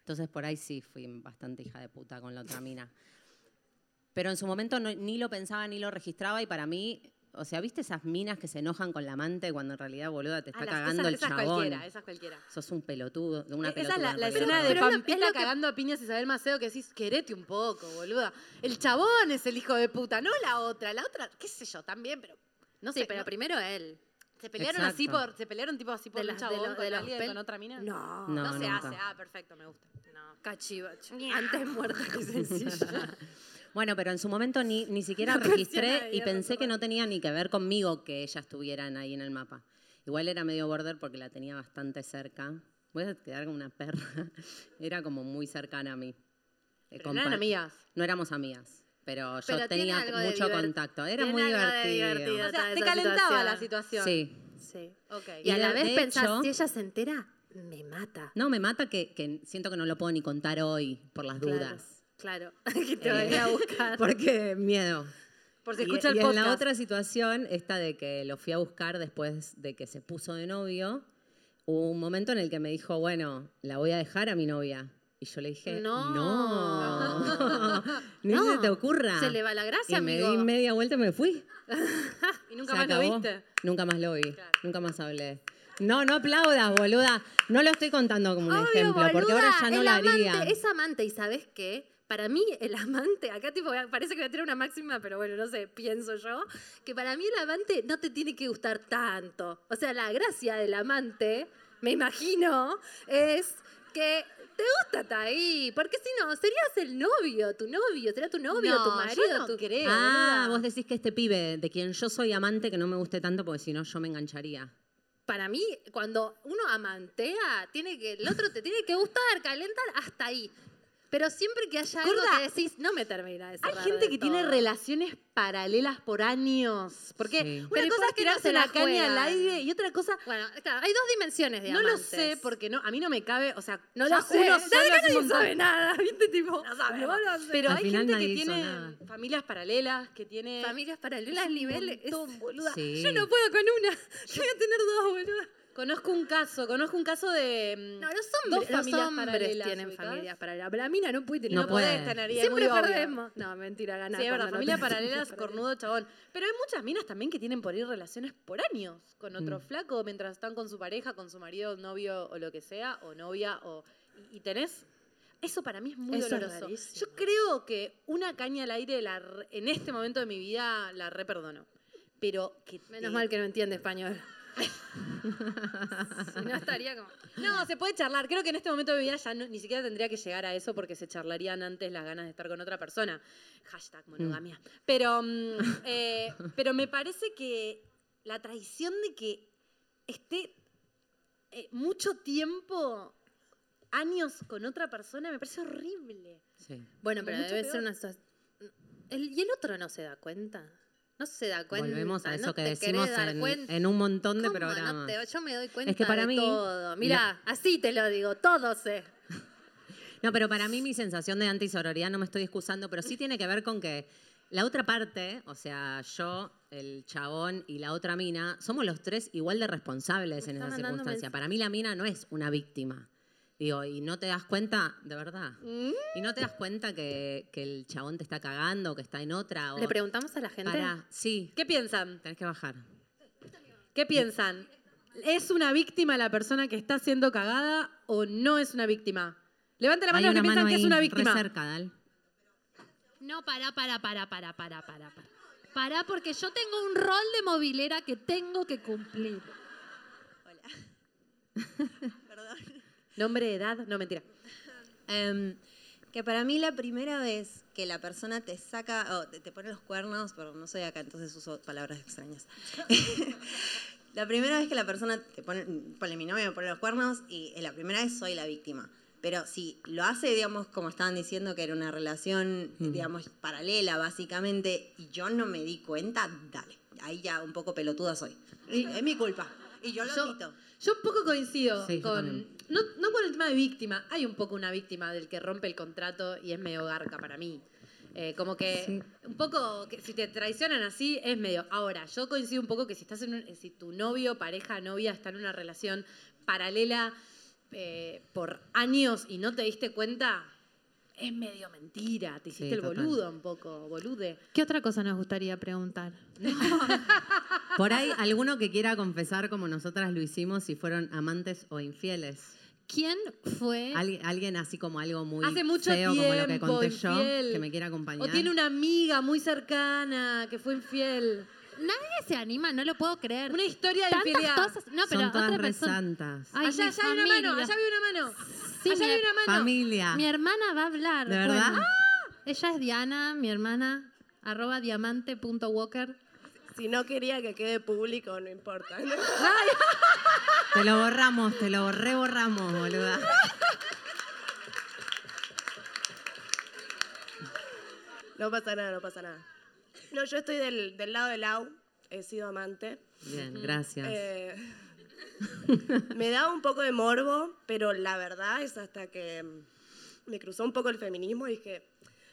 S4: Entonces por ahí sí fui bastante hija de puta con la otra mina. Pero en su momento no- ni lo pensaba ni lo registraba y para mí, o sea, ¿viste esas minas que se enojan con la amante cuando en realidad, boluda,
S1: Ah,
S4: te está cagando el chabón?
S5: esa es cualquiera.
S4: Sos un pelotudo,
S1: E-, Esa
S4: una
S1: es
S4: pelotuda,
S1: la,
S4: no,
S1: la
S4: perdón,
S1: escena de
S3: Pero
S4: perdón.
S3: es lo- es
S1: Pampita
S3: lo que-
S1: cagando a piñas Isabel Maceo que decís, querete un poco, boluda. El chabón es el hijo de puta, no la otra. La otra, qué sé yo, también, pero no
S3: sí,
S1: sé.
S3: pero
S1: no-
S3: primero él.
S1: se pelearon
S4: Exacto.
S1: así por, se pelearon tipo así por
S3: De
S1: un
S3: las- de
S1: chabón
S3: lo- de
S1: con
S3: los
S1: alguien,
S3: pel-
S1: con otra mina.
S3: No.
S4: No,
S1: No, se
S4: nunca.
S1: hace. Ah, perfecto, me gusta.
S3: No, cachivacho. Antes muerta que sencilla.
S4: Bueno, pero en su momento ni,
S3: *laughs*
S4: ni siquiera
S3: Una persiana
S4: registré
S3: de
S4: y
S3: hierro,
S4: pensé que no tenía ni que ver conmigo que ellas estuvieran ahí en el mapa. Igual era medio border porque la tenía bastante cerca. Voy a quedar como una perra. *laughs* Era como muy cercana a mí. Eh,
S1: Pero no eran
S4: compa-
S1: amigas.
S4: No éramos amigas, pero yo
S3: Pero tiene
S4: tenía
S3: algo de
S4: mucho
S3: divert-
S4: contacto. Era
S3: tiene
S4: muy
S3: algo de
S4: divertido.
S3: divertido.
S1: O sea,
S3: Esa-
S1: te
S3: esa
S1: calentaba la
S3: situación.
S1: situación.
S4: Sí.
S3: *laughs* sí.
S1: Ok.
S3: Y, a
S4: de-
S3: la vez
S4: de
S3: pensás,
S4: hecho-
S3: si ella se entera, me mata.
S4: No, me mata que, que siento que no lo puedo ni contar hoy por las dudas.
S3: Claro. claro. *laughs* que te
S4: Eh,
S3: va a ir a buscar.
S4: Porque miedo.
S1: Por si
S4: Y- e
S1: escucha
S4: y
S1: el
S4: en la
S1: podcast.
S4: otra situación, esta de que lo fui a buscar después de que se puso de novio, hubo un momento en el que me dijo, bueno, la voy a dejar a mi novia. Y yo le dije,
S3: No.
S4: no, *laughs* ni
S3: No.
S4: se te ocurra.
S3: Se le va la gracia,
S4: y me
S3: amigo.
S4: di media vuelta y me fui.
S1: Y nunca
S4: Se
S1: más lo
S4: acabó.
S1: viste.
S4: Nunca más lo vi, nunca más hablé. No, no aplaudas, boluda. No lo estoy contando como un
S3: Obvio,
S4: ejemplo, porque ahora
S3: boluda,
S4: ya no
S3: el
S4: lo
S3: amante
S4: haría.
S3: Es amante, ¿y sabes qué? Para mí, el amante, acá tipo voy a- parece que voy a tener una máxima, pero bueno, no sé, pienso yo, que para mí el amante no te tiene que gustar tanto. O sea, la gracia del amante, me imagino, es que te gusta hasta ahí. Porque si no, serías el novio, tu novio, será tu novio,
S1: No,
S3: tu
S1: yo
S3: marido,
S1: no
S3: tu
S1: creo,
S4: Ah,
S1: boluda.
S4: vos decís que este pibe, de quien yo soy amante, que no me guste tanto, porque si no yo me engancharía.
S3: Para mí, cuando uno amantea, tiene que, el otro te tiene que gustar, calentar hasta ahí. Pero siempre que haya algo
S1: Gorda,
S3: que decís, no me termina de
S1: Hay
S3: cerrar
S1: gente
S3: del
S1: que tiene
S3: todo.
S1: relaciones paralelas por años. Porque
S4: Sí.
S1: una
S3: Pero ¿y
S1: cosa
S3: por
S1: es
S3: qué no se
S1: tirarse
S3: la
S1: la caña al
S3: juegan?
S1: aire y otra cosa.
S3: Bueno, claro, hay dos dimensiones de
S1: No lo
S3: amantes.
S1: sé porque no, a mí no me cabe. O sea,
S3: No
S1: ya
S3: lo sé.
S1: uno solo
S3: Nadie
S1: hace un *laughs*
S3: no
S1: montón.
S3: sabe *laughs* nada, ¿viste? Tipo, no, lo sé.
S1: Pero
S4: Al
S1: hay
S4: final
S1: gente
S4: nadie
S1: que
S4: hizo
S1: tiene
S4: nada.
S1: familias paralelas, que tiene.
S3: Familias paralelas, niveles. es-
S1: montón, boluda.
S4: Sí.
S3: Yo no puedo con una. *laughs* Yo voy a tener dos, boludo.
S1: Conozco un caso, conozco un caso de. mm,
S3: No, los
S1: dos
S3: hombres, los
S1: familias
S3: hombres
S1: paralelas,
S3: tienen
S1: ¿ubicás?
S3: familias paralelas. Pero la mina no puede tener
S4: No
S1: No
S4: puede.
S1: podés tener y es
S3: Siempre
S1: muy obvio.
S3: perdemos. No, mentira, ganamos.
S1: Sí, es verdad, familias
S3: *laughs*
S1: paralelas, cornudo chabón. Pero hay muchas minas también que tienen por ahí relaciones por años con otro
S4: Mm.
S1: flaco mientras están con su pareja, con su marido, novio o lo que sea, o novia, o. Y, y tenés. Eso para mí es muy
S3: Eso es
S1: doloroso.
S3: rarísimo.
S1: Yo creo que una caña al aire la re- en este momento de mi vida la reperdono. Pero que.
S3: Menos
S1: te-
S3: mal que no entiende *laughs* español. si no estaría como.
S1: No, se puede charlar. Creo que en este momento de mi vida ya no- ni siquiera tendría que llegar a eso porque se charlarían antes las ganas de estar con otra persona. Hashtag monogamia. Pero,
S4: *laughs*
S1: mm, eh, pero me parece que la traición de que esté eh, mucho tiempo, años con otra persona, me parece horrible.
S4: Sí.
S3: Bueno, pero
S1: Mucho
S3: debe
S1: peor.
S3: ser una situación. ¿Y el otro no se da cuenta? ¿No
S6: no se da cuenta.
S4: Volvemos a eso
S6: no
S4: que
S6: te
S4: decimos
S6: querés dar
S4: en,
S6: cuenta.
S4: en un montón de
S6: ¿Cómo no
S4: programas.
S6: te- yo me doy cuenta
S4: que para
S6: de
S4: mí-
S6: todo. Mira, así te lo digo, todo sé.
S4: No, pero para mí mi sensación de antisororidad no me estoy excusando, pero sí tiene que ver con que la otra parte, o sea, yo, el chabón y la otra mina, somos los tres igual de responsables
S6: Me está
S4: en esa
S6: mandando
S4: circunstancia.
S6: mens-
S4: Para mí la mina no es una víctima. Digo, y no te das cuenta, de verdad. Y no te das cuenta que, que el chabón te está cagando, que está en otra. O
S1: Le preguntamos a la gente.
S4: Pará, sí,
S1: ¿Qué piensan?
S4: tenés que bajar.
S1: ¿Qué piensan? ¿Es una víctima la persona que está siendo cagada o no es una víctima? Levante la
S4: Hay
S1: mano los
S4: una
S1: que piensan
S4: mano
S1: que es
S4: ahí,
S1: una
S4: re
S1: víctima.
S4: cerca, Dal.
S3: No, pará, pará, pará, pará, pará, pará. Pará, Pará, porque yo tengo un rol de movilera que tengo que cumplir.
S1: Nombre, edad, no mentira.
S7: Em, que para mí la primera vez que la persona te saca, o te, te pone los cuernos, pero no soy acá, entonces uso palabras extrañas. *laughs* la primera vez que la persona te pone, pone mi novia me pone los cuernos y eh, la primera vez soy la víctima. Pero si lo hace, digamos, como estaban diciendo, que era una relación, digamos, paralela, básicamente, y yo no me di cuenta, dale. Ahí ya un poco pelotuda soy. Y es mi culpa. Y yo lo
S1: Yo,
S7: quito.
S1: yo un poco coincido
S4: Sí, yo
S1: con.
S4: también.
S1: No, no con el tema de víctima. Hay un poco una víctima del que rompe el contrato y es medio garca para mí. Eh, como que
S4: Sí.
S1: un poco que si te traicionan así es medio. Ahora, yo coincido un poco que si estás en un- si tu novio, pareja, novia está en una relación paralela eh, por años y no te diste cuenta, es medio mentira. Te hiciste el
S4: total.
S1: boludo un poco, bolude.
S3: ¿Qué otra cosa nos gustaría preguntar?
S4: Por ahí, alguno que quiera confesar como nosotras lo hicimos, si fueron amantes o infieles.
S3: ¿Quién fue?
S4: Al- alguien así como algo muy
S1: Hace mucho
S4: feo,
S1: tiempo,
S4: como lo que conté
S1: infiel.
S4: yo, que me quiera acompañar.
S1: O tiene una amiga muy cercana que fue infiel.
S3: Nadie se anima, no lo puedo creer.
S1: Una historia de
S3: Tantas
S1: infidelidad.
S3: cosas. No, pero
S4: Son todas
S3: otra
S4: re
S3: persona.
S4: santas.
S3: Ay,
S1: allá,
S3: mi
S1: allá hay una mano,
S3: familia.
S1: allá había una mano.
S3: Sí,
S1: allá
S3: mi-
S1: hay una mano.
S4: Familia.
S3: Mi hermana va a hablar.
S4: ¿De verdad?
S3: Bueno, ella es Diana, mi hermana, arroba diamante.walker.
S8: Si no quería que quede público, no importa. ¿no?
S4: Te lo borramos, te lo reborramos, boluda.
S8: No pasa nada, no pasa nada. No, yo estoy del, del lado de Lau. He sido amante.
S4: Bien, gracias.
S8: Eh, *laughs* me da un poco de morbo, pero la verdad es hasta que mm, me cruzó un poco el feminismo y dije,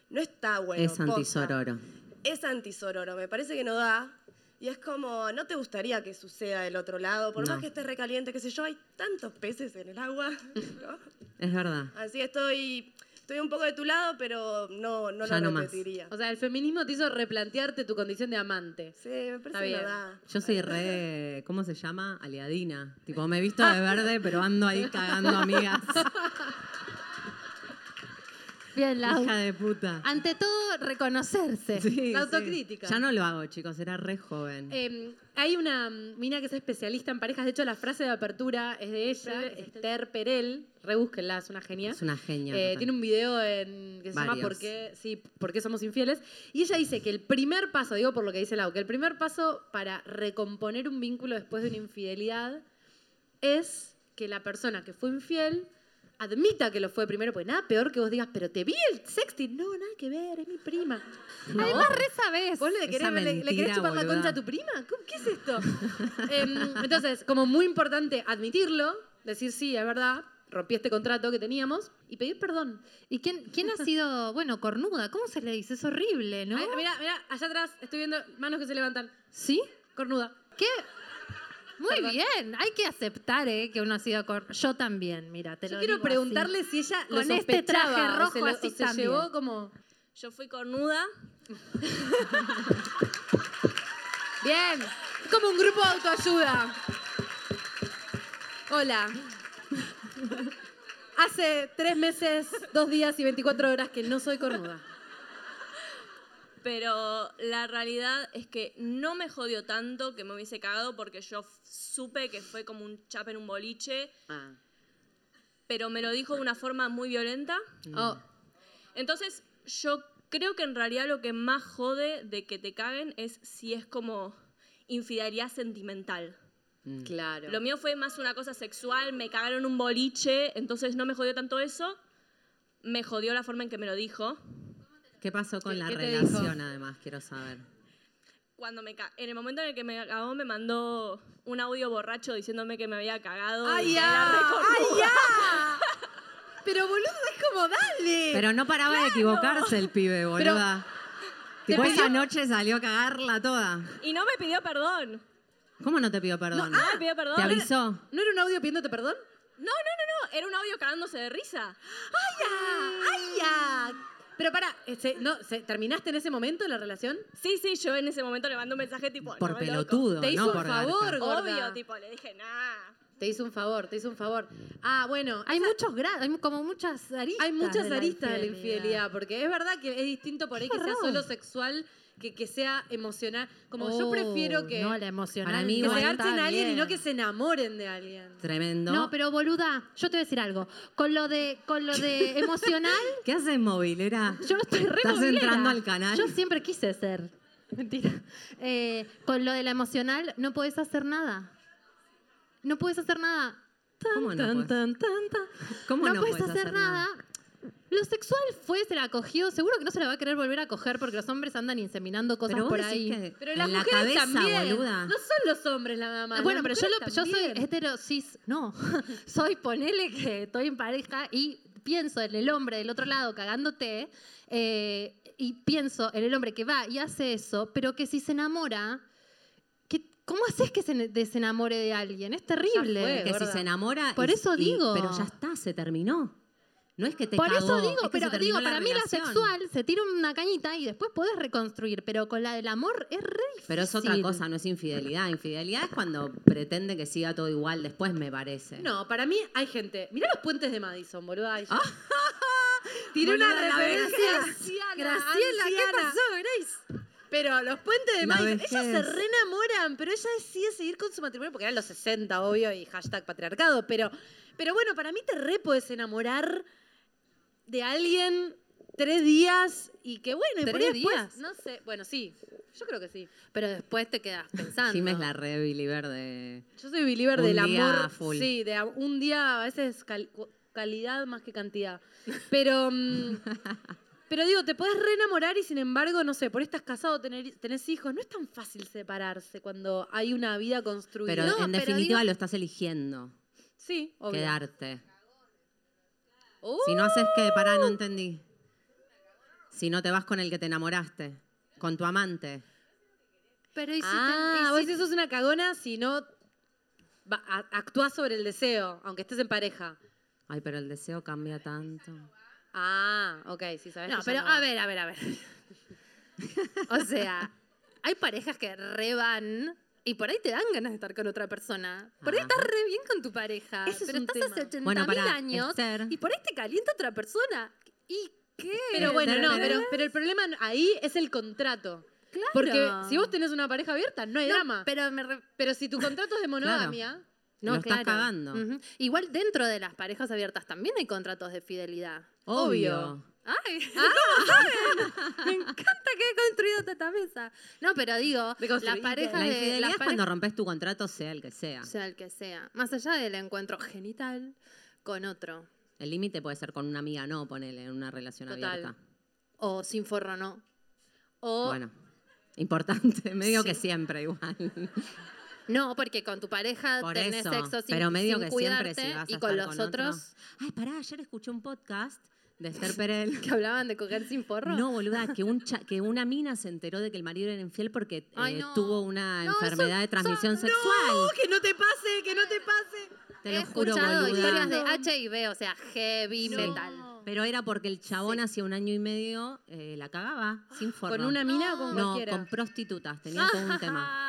S8: no está bueno.
S4: es
S8: posta.
S4: antisororo.
S8: Es antisororo, me parece que no da. Y es como, no te gustaría que suceda del otro lado, por
S4: No.
S8: más que estés recaliente, qué sé yo, hay tantos peces en el agua. *laughs* ¿no?
S4: Es verdad.
S8: Así que estoy, estoy un poco de tu lado, pero no, no
S4: Ya
S8: lo
S4: no más.
S8: repetiría.
S1: O sea, el feminismo te hizo replantearte tu condición de amante.
S8: Sí, me
S1: Está
S8: parece que
S1: bien.
S8: no da.
S4: Yo soy re, ¿cómo se llama? Aliadina. Tipo, me he visto de verde, pero ando ahí cagando amigas.
S3: Bien, Lau.
S4: Hija de puta.
S3: Ante todo, reconocerse.
S4: Sí,
S1: Ah, La
S4: sí.
S1: autocrítica.
S4: Ya no lo hago, chicos, era re joven.
S1: Eh, hay una mm, mina que es especialista en parejas. De hecho, la frase de apertura es de ella, Esther Perel. Rebúsquenla, es una genia.
S4: es una genia.
S1: Eh,
S4: total.
S1: tiene un video en- que se llama
S4: Varios.
S1: ¿Por qué, sí, ¿Por qué somos infieles? Y ella dice que el primer paso, digo por lo que dice Lau, que el primer paso para recomponer un vínculo después de una infidelidad es que la persona que fue infiel admita que lo fue primero, porque nada peor que vos digas, pero te vi el sexting. No, nada que ver, es mi prima.
S3: Además, re sabés.
S1: ¿Vos le
S4: Esa
S1: querés, le- le
S4: mentira,
S1: querés chupar la
S4: boluda.
S1: concha a tu prima? ¿Cómo- ¿Qué es esto? *laughs* Em, entonces, como muy importante admitirlo, decir sí, es verdad, rompí este contrato que teníamos y pedir perdón.
S3: ¿Y quién, quién ha sido, bueno, cornuda? ¿Cómo se le dice? Es horrible, ¿no?
S1: Ay, Mirá, mirá, allá atrás estoy viendo manos que se levantan.
S3: ¿Sí?
S1: Cornuda.
S3: ¿Qué? Muy
S1: Perdón.
S3: bien, hay que aceptar eh, que uno ha sido cornuda. Yo también, mira, te
S1: Yo
S3: lo
S1: quiero
S3: digo
S1: preguntarle
S3: así.
S1: si ella lo
S3: Con este
S1: sospechaba
S3: traje
S1: o se,
S3: rojo
S1: lo- o
S3: así
S1: se
S3: también.
S1: llevó como...
S8: Yo fui cornuda.
S1: Bien, es como un grupo de autoayuda. Hola. Hace tres meses, dos días y 24 horas que no soy cornuda.
S9: Pero la realidad es que no me jodió tanto que me hubiese cagado porque yo f- supe que fue como un chap en un boliche, pero me lo dijo de una forma muy violenta.
S1: Oh,
S9: Entonces, yo creo que en realidad lo que más jode de que te caguen es si es como infidelidad sentimental.
S1: claro.
S9: Lo mío fue más una cosa sexual, me cagaron un boliche, entonces no me jodió tanto eso. Me jodió la forma en que me lo dijo.
S4: ¿Qué pasó con
S1: ¿Qué-
S4: la
S1: qué te
S4: relación, además? Quiero saber.
S9: cuando me ca- en el momento en el que me cagó me mandó un audio borracho diciéndome que me había cagado.
S1: Ah,
S10: ¡Ay,
S9: y me la
S10: ya!
S9: recornuda.
S10: ¡Ay,
S1: Pero boludo, es como dale.
S4: Pero no paraba de equivocarse el pibe, boluda. tipo, esa noche salió a cagarla toda.
S9: Y no me pidió perdón.
S4: ¿Cómo no te pidió perdón?
S9: No, ah, me pidió perdón.
S4: ¿Te avisó?
S1: ¿No era un audio pidiéndote perdón?
S9: No, no, no, no. Era un audio cagándose de risa.
S1: ¡Ay, ya! ¡Ay, ya! Pero para, no, ¿se- ¿terminaste en ese momento la relación?
S9: Sí, sí, yo en ese momento le mando un mensaje tipo.
S4: Por
S9: no, loco.
S4: pelotudo,
S1: Te hizo
S4: no
S1: un
S4: por
S1: favor,
S4: garca.
S1: gorda.
S9: Obvio, tipo, le dije, nah.
S1: Te hizo un favor, te hizo un favor. Ah, bueno,
S3: Hay muchos grados, hay como muchas aristas.
S1: Hay muchas
S3: de la
S1: aristas de la infidelidad, porque es verdad que es distinto por ahí que sea solo sexual que que sea emocional. Como yo
S3: Oh,
S1: prefiero que,
S3: No, la emocional.
S4: Para mí,
S1: que
S3: no
S4: igual
S1: se
S3: está
S1: garchen a alguien y
S3: bien.
S1: no que se enamoren de alguien.
S4: Tremendo.
S3: No, pero boluda, yo te voy a decir algo. Con lo de, con lo
S1: *laughs*
S3: de emocional,
S4: ¿Qué haces, movilera?
S3: yo estoy re
S4: *laughs* Estás
S3: movilera.
S4: entrando al canal.
S3: Yo siempre quise ser. Mentira. Eh, con lo de la emocional, no podés hacer nada. No podés hacer nada. Tan,
S4: ¿Cómo no
S3: tan,
S4: podés?
S3: tan, tan, tan.
S4: ¿Cómo
S3: no,
S4: no
S3: puedes
S4: podés
S3: hacer,
S4: hacer
S3: nada. Lo sexual fue, se la cogió. Seguro que no se la va a querer volver a coger porque los hombres andan inseminando cosas
S4: Pero vos
S3: por
S4: decís
S3: ahí.
S4: que
S1: Pero
S4: en
S1: las
S4: la
S1: mujeres
S4: cabeza,
S1: también.
S4: boluda.
S1: No son los hombres la nada más.
S3: Ah, Bueno,
S1: las
S3: pero yo, lo-
S1: mujeres
S3: yo soy
S1: también.
S3: hetero cis, no. *laughs* soy, ponele que estoy en pareja y pienso en el hombre del otro lado cagándote eh, y pienso en el hombre que va y hace eso, pero que si se enamora, que, ¿cómo haces que se ne- desenamore de alguien? Es terrible.
S1: fue,
S4: Que si
S1: gorda.
S4: se enamora. y-
S3: Por eso
S4: y-
S3: digo.
S4: pero ya está, se terminó. No es que te
S3: Por
S4: cagó,
S3: eso
S4: es que
S3: digo,
S4: se
S3: pero
S4: terminó
S3: digo, para mí la
S4: relación.
S3: sexual se tira una cañita y después podés reconstruir, pero con la del amor es re difícil.
S4: Pero es otra cosa, no es infidelidad. Infidelidad es cuando pretende que siga todo igual después, me parece.
S1: No, para mí hay gente. Mirá los puentes de Madison, boluda. Ay, Tiré
S4: Boluda,
S1: una
S4: la
S1: referencia.
S4: vejez.
S1: Graciela, ¿qué pasó, Grace? Pero los puentes de
S4: La
S1: Madison,
S4: vejez.
S1: ellas se reenamoran, pero ella decide seguir con su matrimonio porque eran los 60, obvio, y hashtag patriarcado. Pero, pero bueno, para mí te re podés enamorar de alguien tres días y que bueno, y por ahí
S3: ¿Tres
S1: después,
S3: días?
S1: no sé, bueno, sí, yo creo que sí.
S3: Pero después te quedas
S4: *laughs*
S3: pensando.
S4: Jim es la re believer de.
S1: Yo soy believer
S4: Un
S1: del
S4: día
S1: amor.
S4: full.
S1: Sí, de a- un día a veces cal- cu- calidad más que cantidad. Pero, *laughs* mm, pero digo, te puedes reenamorar y sin embargo, no sé, por ahí estás casado, tener, tenés hijos. No es tan fácil separarse cuando hay una vida construida.
S4: Pero
S3: No,
S4: en
S3: pero
S4: definitiva
S3: digo-
S4: lo estás eligiendo.
S1: sí, obvio.
S4: Quedarte.
S1: Uh,
S4: Si no haces que, pará, no entendí. Si no te vas con el que te enamoraste, con tu amante.
S3: Pero y si te-
S1: ah,
S3: y
S1: vos
S3: si-
S1: decís, sos una cagona si no va- a- actuás sobre el deseo, aunque estés en pareja.
S4: Ay, pero el deseo cambia tanto.
S1: Ah, ok, sí, sabes.
S3: No,
S1: que ya
S3: pero
S1: no.
S3: a ver, a ver, a ver. *laughs* o sea, hay parejas que re van y por ahí te dan ganas de estar con otra persona. Por ahí
S4: Ajá.
S3: estás re bien con tu pareja,
S1: Ese es
S3: pero
S1: un
S3: estás
S1: tema.
S3: hace 80
S4: Bueno,
S3: mil
S4: pará,
S3: años
S4: Esther.
S3: y por ahí te calienta otra persona. ¿Y qué?
S1: Pero bueno, no,
S4: ¿Entendés?
S1: pero, pero el problema ahí es el contrato.
S3: Claro.
S1: Porque si vos tenés una pareja abierta, no hay
S3: No,
S1: drama. Pero,
S3: Pero me re-
S1: si tu contrato es de monogamia,
S4: Lo estás cagando.
S3: Ujú. Igual dentro de las parejas abiertas también hay contratos de fidelidad.
S4: Obvio.
S3: ¡Ay!
S4: *laughs*
S3: *laughs* ¿cómo saben? Me encanta que he construido toda esta mesa. No, pero digo, las
S1: Deconstruiste.
S3: parejas
S4: La
S3: de-
S4: infidelidad
S3: las
S4: es
S3: pare-
S4: cuando rompes tu contrato, sea el que sea.
S3: sea el que sea. Más allá del encuentro genital con otro.
S4: El límite puede ser con una amiga, no, ponele, en una relación
S1: Total.
S4: abierta.
S3: O sin forro no.
S1: o
S4: Bueno, importante. *laughs* Medio
S3: Sí.
S4: que siempre igual.
S3: No, porque con tu pareja
S4: Por
S3: tenés
S4: eso.
S3: sexo sin,
S4: pero medio
S3: sin
S4: que
S3: cuidarte
S4: siempre si vas a
S3: y con
S4: estar
S3: los
S4: otro-
S3: otros
S4: Ay, pará, ayer escuché un podcast de *laughs* Esther Perel.
S3: que hablaban de coger sin forro.
S4: No, boluda, que, un cha- que una mina se enteró de que el marido era infiel porque eh,
S3: Ay, no.
S4: tuvo una
S3: No,
S4: enfermedad
S3: eso-
S4: de transmisión
S3: eso-
S4: sexual.
S1: que no te pase, que no te pase.
S4: Te
S3: He
S4: lo juro,
S3: escuchado
S4: boluda.
S3: historias de HIV, o sea, heavy
S4: No.
S3: metal.
S4: Pero era porque el chabón hacía un año y medio eh, la cagaba sin forma.
S1: ¿Con una mina o con
S4: No,
S1: cualquiera?
S4: con prostitutas. Tenía todo un tema.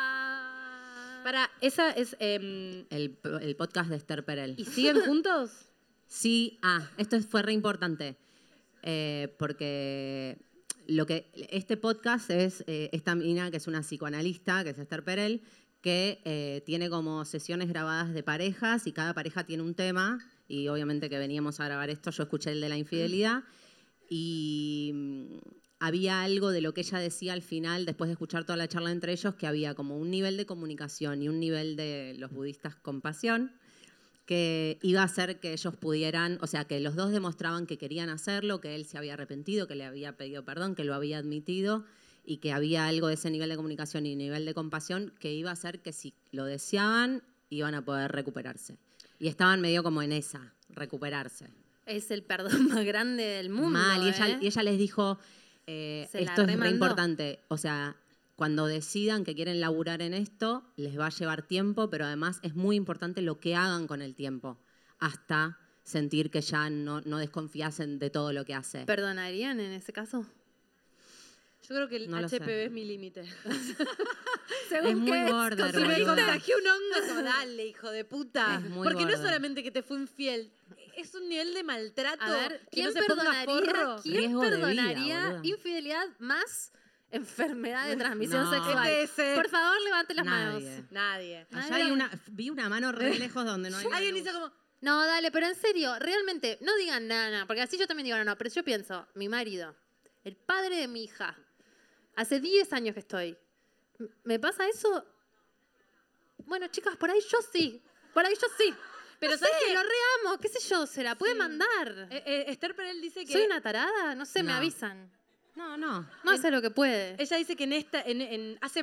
S1: Para, esa es. em,
S4: El, el podcast de Esther Perel.
S1: ¿Y siguen juntos?
S4: Sí, ah, esto fue re importante. eh, porque lo que este podcast es eh, esta mina que es una psicoanalista, que es Esther Perel, que eh, tiene como sesiones grabadas de parejas y cada pareja tiene un tema. Y obviamente que veníamos a grabar esto, yo escuché el de la infidelidad. Y mm, había algo de lo que ella decía al final, después de escuchar toda la charla entre ellos, que había como un nivel de comunicación y un nivel de los budistas compasión que iba a hacer que ellos pudieran, o sea, que los dos demostraban que querían hacerlo, que él se había arrepentido, que le había pedido perdón, que lo había admitido y que había algo de ese nivel de comunicación y nivel de compasión que iba a hacer que si lo deseaban iban a poder recuperarse. Y estaban medio como en esa, recuperarse.
S3: Es el perdón *laughs* más grande del mundo.
S4: Mal, y ella,
S3: ¿eh?
S4: y ella les dijo, eh,
S3: Se la
S4: esto es muy
S3: remandó.
S4: importante, o sea, cuando decidan que quieren laburar en esto, les va a llevar tiempo, pero además es muy importante lo que hagan con el tiempo, hasta sentir que ya no, no desconfiasen de todo lo que hace.
S3: ¿Perdonarían en ese caso?
S1: *laughs* Yo creo que el
S4: No lo sé.
S1: HPV es mi
S4: *laughs*
S1: límite.
S3: Según
S4: es muy
S3: qué
S4: gorda,
S1: Si me
S4: boluda.
S1: contagió un hongo, como, dale, hijo de puta.
S4: Es muy
S1: Porque no es
S4: gorda.
S1: solamente que te fue infiel, es un nivel de maltrato.
S3: A ver,
S1: que Oh, no
S3: ¿quién
S1: se ponga
S3: perdonaría,
S1: forro.
S3: ¿quién
S4: Riesgo de vida,
S3: perdonaría
S4: boluda.
S3: infidelidad más enfermedad de transmisión
S4: No.
S3: sexual?
S1: ETS.
S3: Por favor, levante las
S4: Nadie.
S3: manos.
S1: Nadie.
S4: Allá hay una, vi una mano re lejos donde
S3: *laughs*
S4: no hay una
S1: Alguien
S4: luz.
S1: hizo como,
S3: No, dale, pero en serio, realmente, no digan nada, nada, porque así yo también digo, no, no, pero yo pienso, mi marido, el padre de mi hija, hace 10 años que estoy, m- ¿me pasa eso? Bueno, chicas, por ahí yo sí, por ahí yo sí. Pero sabes que lo reamo, qué sé yo, se la puede mandar.
S1: eh, eh, Esther Perel dice que
S3: ¿Soy una tarada? No sé, me
S4: No.
S3: avisan.
S4: No, no.
S3: No hace lo que puede.
S1: Ella dice que en esta, en, en- hace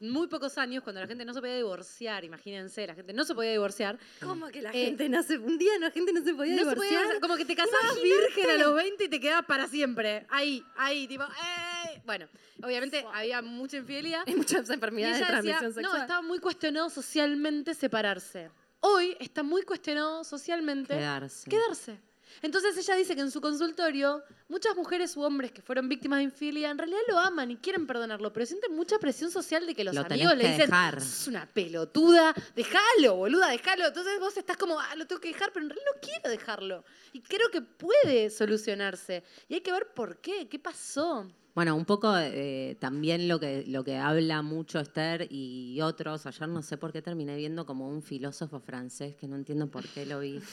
S1: muy pocos años, cuando la gente no se podía divorciar, imagínense, la gente no se podía divorciar.
S3: ¿Cómo que la
S1: Eh,
S3: gente no se... Un día la gente no se podía
S1: No se podía
S3: divorciar?
S1: divorciar, como que te casabas virgen a los 20 y te quedabas para siempre. Ahí, ahí, tipo, ¡eh! Bueno, obviamente había mucha infidelidad.
S3: *laughs* Hay muchas
S1: Y
S3: enfermedades de
S1: ella decía,
S3: transmisión
S1: no,
S3: sexual.
S1: estaba muy cuestionado socialmente separarse. Hoy está muy cuestionado socialmente
S3: Mm.
S4: Quedarse.
S1: quedarse. Entonces ella dice que en su consultorio muchas mujeres u hombres que fueron víctimas de infidelidad en realidad lo aman y quieren perdonarlo, pero sienten mucha presión social de que los
S4: Lo tenés
S1: amigos le
S4: que
S1: dicen,
S4: dejar.
S1: es una pelotuda, déjalo, boluda, déjalo. Entonces vos estás como, ah, lo tengo que dejar, pero en realidad no quiero dejarlo. Y creo que puede solucionarse. Y hay que ver por qué, qué pasó.
S4: Bueno, un poco eh, también lo que, lo que habla mucho Esther y otros. Ayer no sé por qué terminé viendo como un filósofo francés, que no entiendo por qué lo vi. *laughs*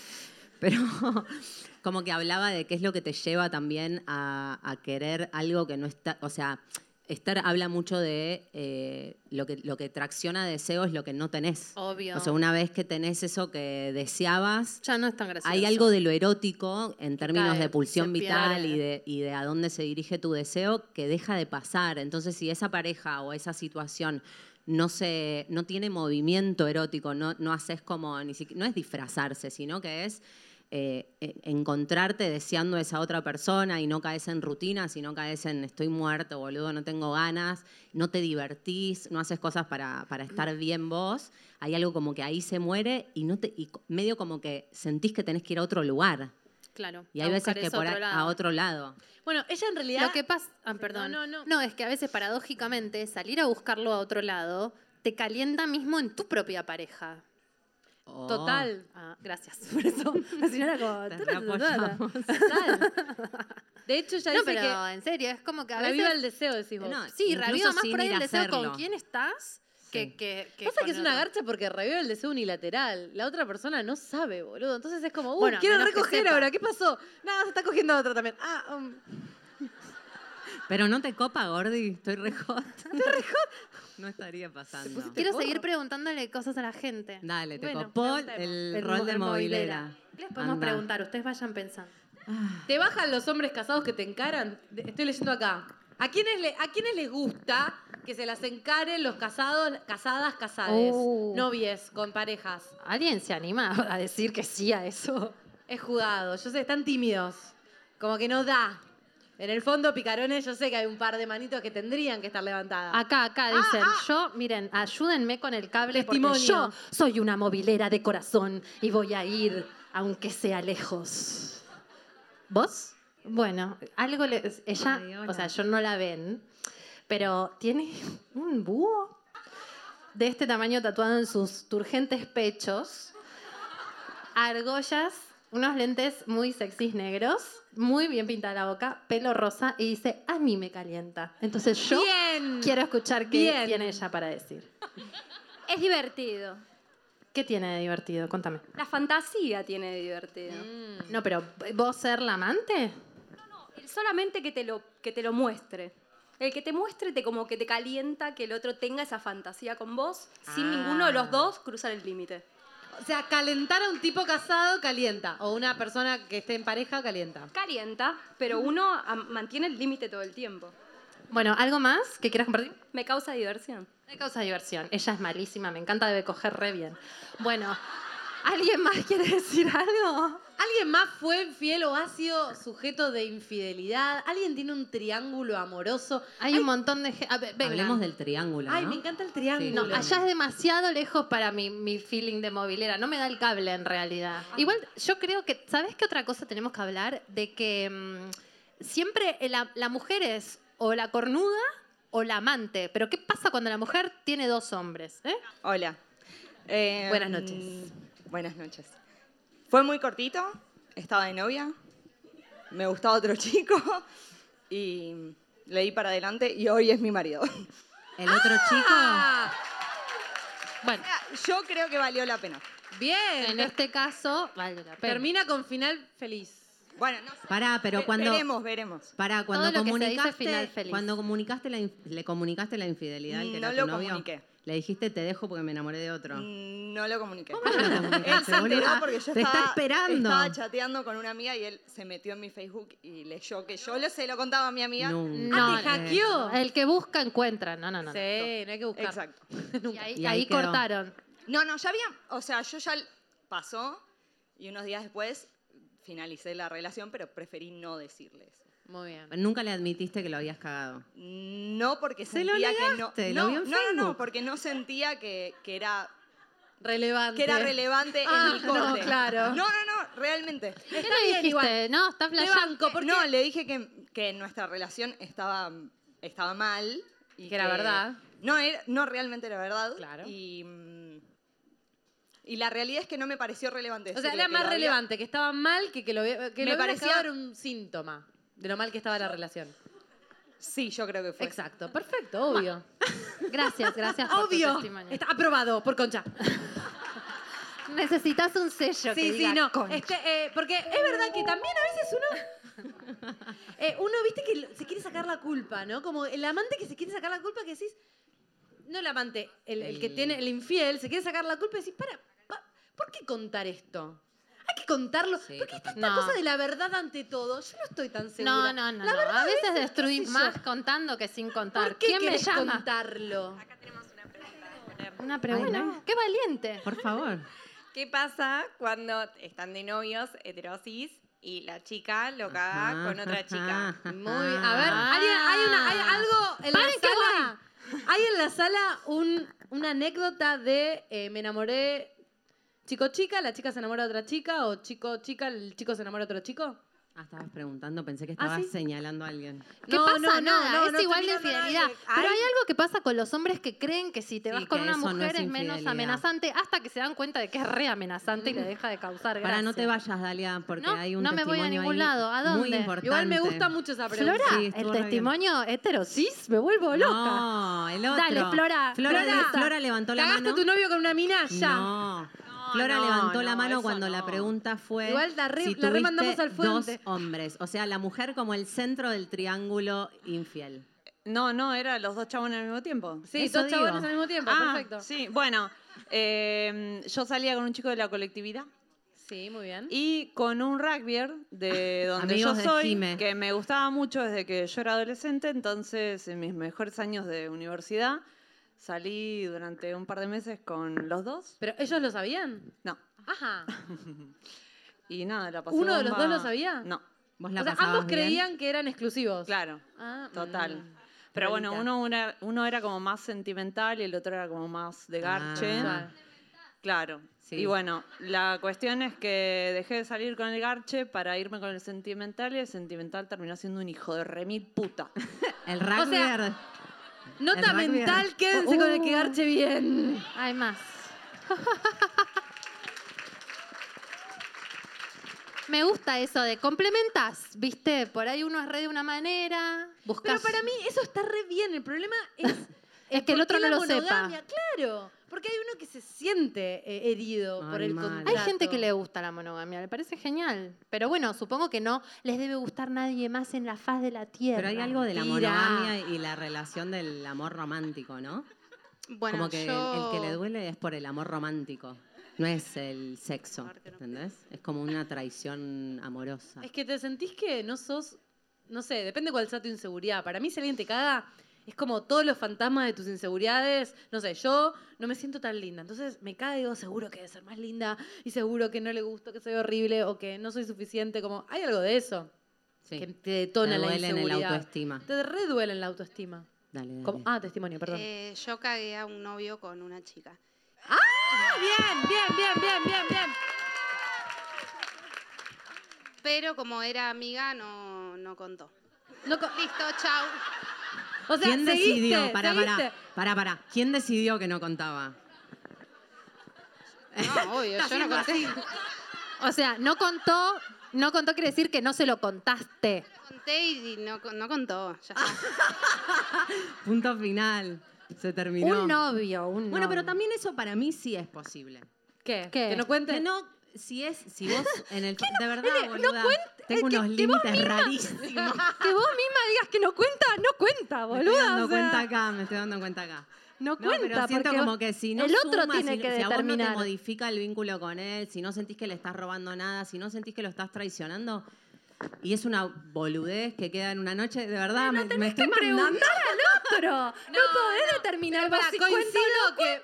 S4: Pero como que hablaba de qué es lo que te lleva también a, a querer algo que no está. O sea, Esther habla mucho de eh, lo, que, lo que tracciona deseo es lo que no tenés.
S3: Obvio.
S4: O sea, una vez que tenés eso que deseabas,
S3: Ya no es tan gracioso.
S4: hay algo de lo erótico en términos
S3: cae,
S4: de pulsión
S3: se
S4: vital
S3: pierde.
S4: y de, y de a dónde se dirige tu deseo que deja de pasar. Entonces, si esa pareja o esa situación no, se, no tiene movimiento erótico, no, no haces como, ni siquiera, no es disfrazarse, sino que es eh, e- encontrarte deseando a esa otra persona y no caes en rutina, sino caes en estoy muerto, boludo, no tengo ganas, no te divertís, no haces cosas para, para
S3: Mm.
S4: estar bien vos. Hay algo como que ahí se muere y, no te, y co- medio como que sentís que tenés que ir a otro lugar.
S3: Claro.
S4: Y hay
S3: a
S4: veces
S3: buscar
S4: que
S3: eso
S4: por
S3: otro
S4: a, a
S3: lado.
S4: otro lado.
S1: Bueno, ella en realidad...
S3: Lo que pasa, ah, perdón.
S1: No, no, no.
S3: es que a veces paradójicamente salir a buscarlo a otro lado te calienta mismo en tu propia pareja.
S4: Oh.
S1: Total.
S3: Ah, gracias *laughs* por eso. La señora como,
S4: Te
S3: "Ta, ta, ta, ta, ta".
S4: reapoyamos.
S3: *laughs*
S1: De hecho, ella
S3: No,
S1: dice
S3: pero
S1: que
S3: en serio, es como que a
S1: reviva el
S3: veces...
S1: deseo, decís vos.
S4: No,
S3: Sí,
S4: Incluso
S3: reviva más
S4: sin
S3: por ahí
S4: ir a
S3: el deseo
S4: hacerlo.
S3: con quién estás que...
S4: Sí.
S3: que, que
S1: Pasa
S3: con
S1: que es una
S3: otro.
S1: garcha porque revive el deseo unilateral. La otra persona no sabe, boludo. Entonces es como, uh,
S3: Bueno, a
S1: quiero
S3: menos que
S1: recoger
S3: sepa.
S1: ahora. ¿Qué pasó? Nada, se está cogiendo a otra también. Ah, um,
S4: Pero no te copa, Gordi, estoy re hot.
S1: *laughs*
S4: No estaría pasando.
S3: Quiero seguir preguntándole cosas a la gente.
S4: Dale, te
S1: Bueno,
S4: copó
S1: preguntemos.
S4: el,
S3: El mo-
S4: rol de
S3: el
S4: movilera.
S3: ¿Qué les podemos
S4: Anda.
S3: preguntar? Ustedes vayan pensando.
S1: ¿Te bajan los hombres casados que te encaran? De- Estoy leyendo acá. ¿A quiénes, le- ¿A quiénes les gusta que se las encaren los casados, casadas, casades?
S3: Oh.
S1: Novies, con parejas.
S3: ¿Alguien se anima a decir que sí a eso?
S1: Es jugado. Yo sé, están tímidos. Como que no da. En el fondo, picarones, yo sé que hay un par de manitos que tendrían que estar levantadas.
S3: Acá, acá dicen, yo, miren, ayúdenme con el cable porque yo
S1: Testimonio.
S3: soy una movilera de corazón y voy a ir aunque sea lejos. ¿Vos? Bueno, algo le, ella,
S4: Ay, hola.
S3: o sea, yo no la ven, pero tiene un búho de este tamaño tatuado en sus turgentes pechos, argollas, unos lentes muy sexys negros, muy bien pintada la boca, pelo rosa y dice, a mí me calienta. Entonces yo
S1: Bien.
S3: quiero escuchar qué
S1: Bien.
S3: tiene ella para decir.
S7: Es divertido.
S3: ¿Qué tiene de divertido? Contame.
S7: La fantasía tiene de divertido.
S11: Mm.
S3: No, pero vos ser la amante.
S7: El solamente que te, lo, que te lo muestre. El que te muestre te como que te calienta que el otro tenga esa fantasía con vos sin ninguno de los dos cruzar el límite.
S1: O sea, calentar a un tipo casado calienta. O una persona que esté en pareja calienta.
S7: Calienta, pero uno am- mantiene el límite todo el tiempo.
S3: Bueno, ¿algo más que quieras compartir?
S11: Me causa diversión.
S3: Me causa diversión. Ella es malísima, me encanta, debe coger re bien. Bueno, ¿alguien más quiere decir algo?
S1: ¿Alguien más fue fiel o ha sido sujeto de infidelidad? ¿Alguien tiene un triángulo amoroso?
S3: Hay un montón de... ge- A ver, vengan.
S1: Hablemos del triángulo,
S12: Ay,
S1: ¿no?
S12: me encanta el triángulo.
S3: No, allá es demasiado lejos para mi, mi feeling de movilera. No me da el cable en realidad.
S1: Ah.
S3: Igual yo creo que, ¿sabes qué otra cosa tenemos que hablar? De que mm, siempre la, la mujer es o la cornuda o la amante. Pero ¿qué pasa cuando la mujer tiene dos hombres? eh?
S7: Hola. Eh, mm,
S3: Buenas noches.
S7: Buenas noches. Fue muy cortito, estaba de novia, me gustaba otro *laughs* chico y le di para adelante y hoy es mi marido. *laughs*
S1: ¿El otro
S3: Bueno,
S7: Ah, Yo creo que valió la pena.
S1: chico? Bien.
S3: en este caso, vale la pena.
S1: Eh, Termina con final feliz.
S7: Bueno, no sé.
S1: Pará, pero
S7: Ve-
S1: cuando...
S7: Veremos, veremos.
S1: Pará, cuando
S3: Todo lo que se dice,
S1: comunicaste,
S3: final feliz.
S1: cuando comunicaste la, inf- le comunicaste la infidelidad al que
S7: No
S1: era
S7: lo
S1: tu novio,
S7: comuniqué. Mm,
S1: le dijiste te dejo porque me enamoré de otro.
S7: No lo comuniqué.
S1: no lo comunicaste,
S7: él se enteró
S1: boluda?
S7: porque yo
S1: Te está
S7: estaba,
S1: esperando.
S7: estaba chateando con una amiga y él se metió en mi Facebook y leyó que yo lo, se lo contaba a mi amiga.
S1: Nunca.
S3: No,
S1: Eh,
S3: El que busca, encuentra. No, no, no. no.
S1: Sí, no hay que buscar.
S7: Exacto.
S3: Y ahí,
S1: Y ahí
S3: ahí
S1: quedó.
S3: cortaron.
S7: No, no, ya había, o sea, yo ya l- pasó y unos días después finalicé la relación, pero preferí no decirles.
S1: Muy bien. Nunca le admitiste que lo habías cagado.
S7: No porque
S1: Se lo
S7: sentía que no,
S1: negaste, lo
S7: no,
S1: vio en
S7: no, no, no,
S1: Facebook.
S7: porque no sentía que, que era
S1: Relevante.
S7: que era relevante en
S1: Ah,
S7: mi corte.
S1: no, claro.
S7: No, no, no, realmente.
S3: ¿Qué le dijiste? No, está flasheando.
S7: No, le dije que, que nuestra relación estaba, estaba mal. Y
S1: Que era verdad.
S7: No, era- no realmente era verdad.
S1: Claro.
S7: Y, mm, y la realidad es que no me pareció relevante.
S1: O sea,
S7: decirle
S1: era
S7: que
S1: más
S7: lo había-
S1: relevante, que estaba mal que que lo había- que
S7: Me
S1: lo
S7: parecía-
S1: parecía era un síntoma de lo mal que estaba la relación.
S7: Sí, yo creo que fue.
S1: Exacto, perfecto, obvio.
S3: Gracias, gracias por tu
S1: Obvio.
S3: testimonio.
S1: Está aprobado por Concha.
S3: Necesitas un sello que
S1: Sí, sí,
S3: diga
S1: no.
S3: concha.
S1: Este, eh, porque es verdad que también a veces uno. *laughs* Eh, uno, viste, que se quiere sacar la culpa, ¿no? Como el amante que se quiere sacar la culpa, que decís. No el amante, el, el que tiene, el infiel, se quiere sacar la culpa y decís, para, pa- ¿por qué contar esto? Hay que contarlo.
S4: Sí,
S1: porque está esta
S3: total. No.
S1: cosa de la verdad ante todo. Yo no estoy tan segura.
S3: No, no, no.
S1: La
S3: no.
S1: verdad,
S3: a veces
S1: qué
S3: destruís
S1: sé
S3: más
S1: yo.
S3: contando que sin contar.
S1: ¿Por qué
S3: ¿Quién me
S1: querés
S3: llama?
S1: contarlo?
S3: Una pregunta.
S1: Ay,
S3: Qué valiente.
S1: Por favor.
S9: ¿Qué pasa cuando están de novios heterosis y la chica lo caga con otra chica?
S1: Muy bien. A ver, ¿alguien- hay, una- hay algo en la
S3: Paren que
S1: sala. Hay en la sala un- una anécdota de eh, me enamoré chico chica, la chica se enamora de otra chica o chico chica, el chico se enamora de otro chico.
S4: Ah, estabas preguntando, pensé que
S1: estabas
S4: señalando a alguien.
S3: ¿Qué
S1: No,
S3: pasa?
S1: no, no,
S3: Nada,
S1: no,
S3: es
S1: no estoy
S3: igual de
S1: mirando nada,
S3: infidelidad.
S1: que-
S3: Pero
S1: ay.
S3: hay algo que pasa con los hombres que creen que si te
S4: Sí,
S3: vas con
S4: que
S3: una
S4: eso no
S3: mujer
S4: es
S3: es menos
S4: infidelidad.
S3: amenazante hasta que se dan cuenta de que es re amenazante y le deja de causar gracia.
S4: Para no te vayas, Dalia, porque
S3: No,
S4: hay un
S3: no me voy a
S4: testimonio
S3: ningún
S4: ahí
S3: lado. ¿A
S4: Muy
S3: dónde?
S4: importante.
S1: Igual me gusta mucho esa pregunta.
S3: Flora,
S4: Sí, estuvo
S3: el
S4: re bien.
S3: testimonio hetero cis, me vuelvo loca.
S4: No, el otro.
S3: Dale, Flora,
S4: Flora,
S3: Flora.
S4: Flora levantó la
S1: ¿Cagaste
S4: mano.
S1: a tu novio con una mina? Ya.
S4: No. Flora levantó la mano cuando la pregunta fue
S1: Igual la re-
S4: si
S1: la remandamos
S4: tuviste
S1: al fuente.
S4: dos hombres, o sea, la mujer como el centro del triángulo infiel.
S13: No, no, era los dos chabones al mismo tiempo.
S1: Sí,
S4: Eso
S1: dos chabones
S4: digo.
S1: al mismo tiempo,
S13: Ah,
S1: perfecto.
S13: Sí, bueno, eh, yo salía con un chico de la colectividad
S1: Sí, muy bien.
S13: y con un rugbyer de
S1: Ah,
S13: donde
S4: Amigos de
S13: yo soy,
S4: Jime.
S13: que me gustaba mucho desde que yo era adolescente, entonces en mis mejores años de universidad salí durante un par de meses con los dos.
S1: Pero ellos lo sabían.
S13: No,
S1: Ajá.
S13: y nada, la pasé
S1: ¿Uno de los
S13: bomba.
S1: dos lo sabía?
S13: No,
S4: ¿Vos la
S1: O sea,
S4: pasabas
S1: ambos
S4: bien?
S1: creían que eran exclusivos.
S13: claro.
S1: Ah,
S13: Total.
S1: mm.
S13: Pero bueno,
S1: Igualita.
S13: uno era, uno era como más sentimental y el otro era como más de garche.
S4: Ah.
S13: Claro.
S4: Sí.
S13: Y bueno, la cuestión es que dejé de salir con el garche para irme con el sentimental y el sentimental terminó siendo un hijo de remil puta.
S4: El rugby.
S1: Nota
S4: El rugby.
S1: mental, quédense con el que garche bien.
S3: Hay más. *laughs* Me gusta eso de complementas, ¿viste? Por ahí uno es re de una manera, buscas.
S1: Pero para mí eso está re bien. El
S3: *laughs*
S1: problema es,
S3: es que el
S1: ¿por
S3: otro
S1: qué
S3: no
S1: la
S3: lo sepa.
S1: monogamia? Claro, porque hay uno que se siente eh, herido
S4: Ay,
S1: por el
S4: mal. Hay
S3: Hay
S1: contrato.
S3: gente que le gusta la monogamia, le parece genial. Pero bueno, supongo que no les debe gustar nadie más en la faz de la tierra.
S4: Pero hay algo de la
S1: Mentira.
S4: monogamia y la relación del amor romántico, ¿no?
S9: Bueno,
S4: como que el-
S9: yo-
S4: el que le duele es por el amor romántico, no es el sexo, ¿entendés? Es como una traición amorosa.
S1: Es que te sentís que no sos no sé, depende cuál sea tu inseguridad. Para mí, si alguien te caga, es como todos los fantasmas de tus inseguridades. No sé, yo no me siento tan linda. Entonces me cae y digo, seguro que debe ser más linda y seguro que no le gusto, que soy horrible o que no soy suficiente. Como, hay algo de eso. Que te detona
S4: Te
S1: la
S4: duele en el
S1: inseguridad.
S4: autoestima.
S1: Te reduele en la autoestima.
S4: Dale, dale.
S1: Como- ah, testimonio, perdón.
S7: Eh, yo cagué a un novio con una chica.
S1: ¡Ah! Bien, bien, bien, bien, bien, bien.
S7: Pero como era amiga, no, no contó.
S1: Listo,
S7: chau.
S1: O sea,
S4: ¿Quién
S1: seguiste,
S4: decidió? Pará, pará,
S1: seguiste.
S4: pará, pará. ¿Quién decidió que no contaba?
S7: No, obvio,
S3: Está
S7: yo no conté.
S3: haciendo O sea, no contó, no contó quiere decir que no se lo contaste.
S7: Conté y no, con- no contó. Ya está.
S4: Punto final. Se terminó.
S3: Un novio, un
S4: Bueno, pero
S3: novio.
S4: también eso para mí sí es posible.
S1: ¿Qué?
S3: ¿Qué?
S4: ¿Que no cuente? Que no, si es,
S3: *laughs*
S4: si vos en el... De verdad,
S3: no
S4: boluda,
S3: cuente? eh,
S4: tengo
S3: Que-
S4: unos
S3: que vos
S4: límites
S3: misma-
S4: rarísimos.
S3: Que vos misma digas que no cuenta, no cuenta,
S4: Me
S3: boluda.
S4: estoy dando
S3: o sea,
S4: cuenta acá, me estoy dando cuenta acá.
S3: No
S4: No,
S3: cuenta,
S4: pero siento
S3: porque
S4: como que si no
S3: el otro
S4: suma,
S3: tiene
S4: si,
S3: que
S4: si a vos no te
S3: determinar.
S4: modifica el vínculo con él, si no sentís que le estás robando nada, si no sentís que lo estás traicionando, y es una boludez que queda en una noche, de verdad, me, me estoy mandando.
S3: Preguntar al otro. No, podés determinar
S1: Pero
S3: vos
S1: pará,
S3: si cuenta o
S1: coincido
S3: no
S1: que-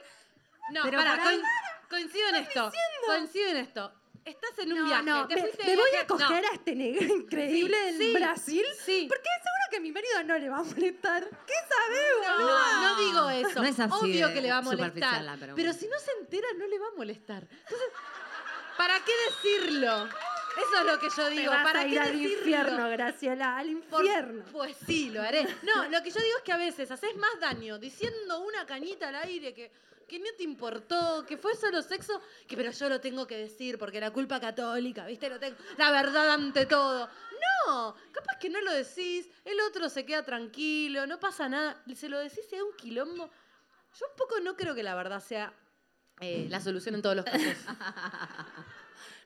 S1: No,
S3: Pero
S1: pará,
S3: pará.
S1: coin- coincido en esto. Coincido en esto. Estás en un viaje.
S3: no,
S1: te
S3: me-
S1: fuiste de
S3: me voy
S1: viaje-
S3: a coger
S1: no.
S3: a este negro increíble
S1: Sí,
S3: del
S1: sí,
S3: Brasil.
S1: Sí.
S3: Porque seguro que a mi marido no le va a molestar. ¿Qué sabe,
S1: No,
S3: boludo?
S1: no digo eso.
S4: No es así
S1: Obvio
S4: de
S1: que le va a molestar.
S4: superficial la pregunta.
S1: Pero si no se entera, no le va a molestar. Entonces, ¿para qué decirlo? Eso es lo que yo
S3: Te
S1: digo.
S3: vas
S1: ¿Para
S3: a
S1: qué
S3: ir al
S1: decirlo?
S3: infierno, Graciela, al
S1: Por-
S3: infierno.
S1: pues sí, lo haré. No, lo que yo digo es que a veces haces más daño diciendo una cañita al aire que, que no te importó, que fue solo sexo, que pero yo lo tengo que decir porque la culpa católica, ¿viste? Lo tengo, la verdad ante todo. No, capaz que no lo decís, el otro se queda tranquilo, no pasa nada, se lo decís, sea un quilombo. Yo un poco no creo que la verdad sea eh, la solución en todos los
S3: *laughs*
S1: casos.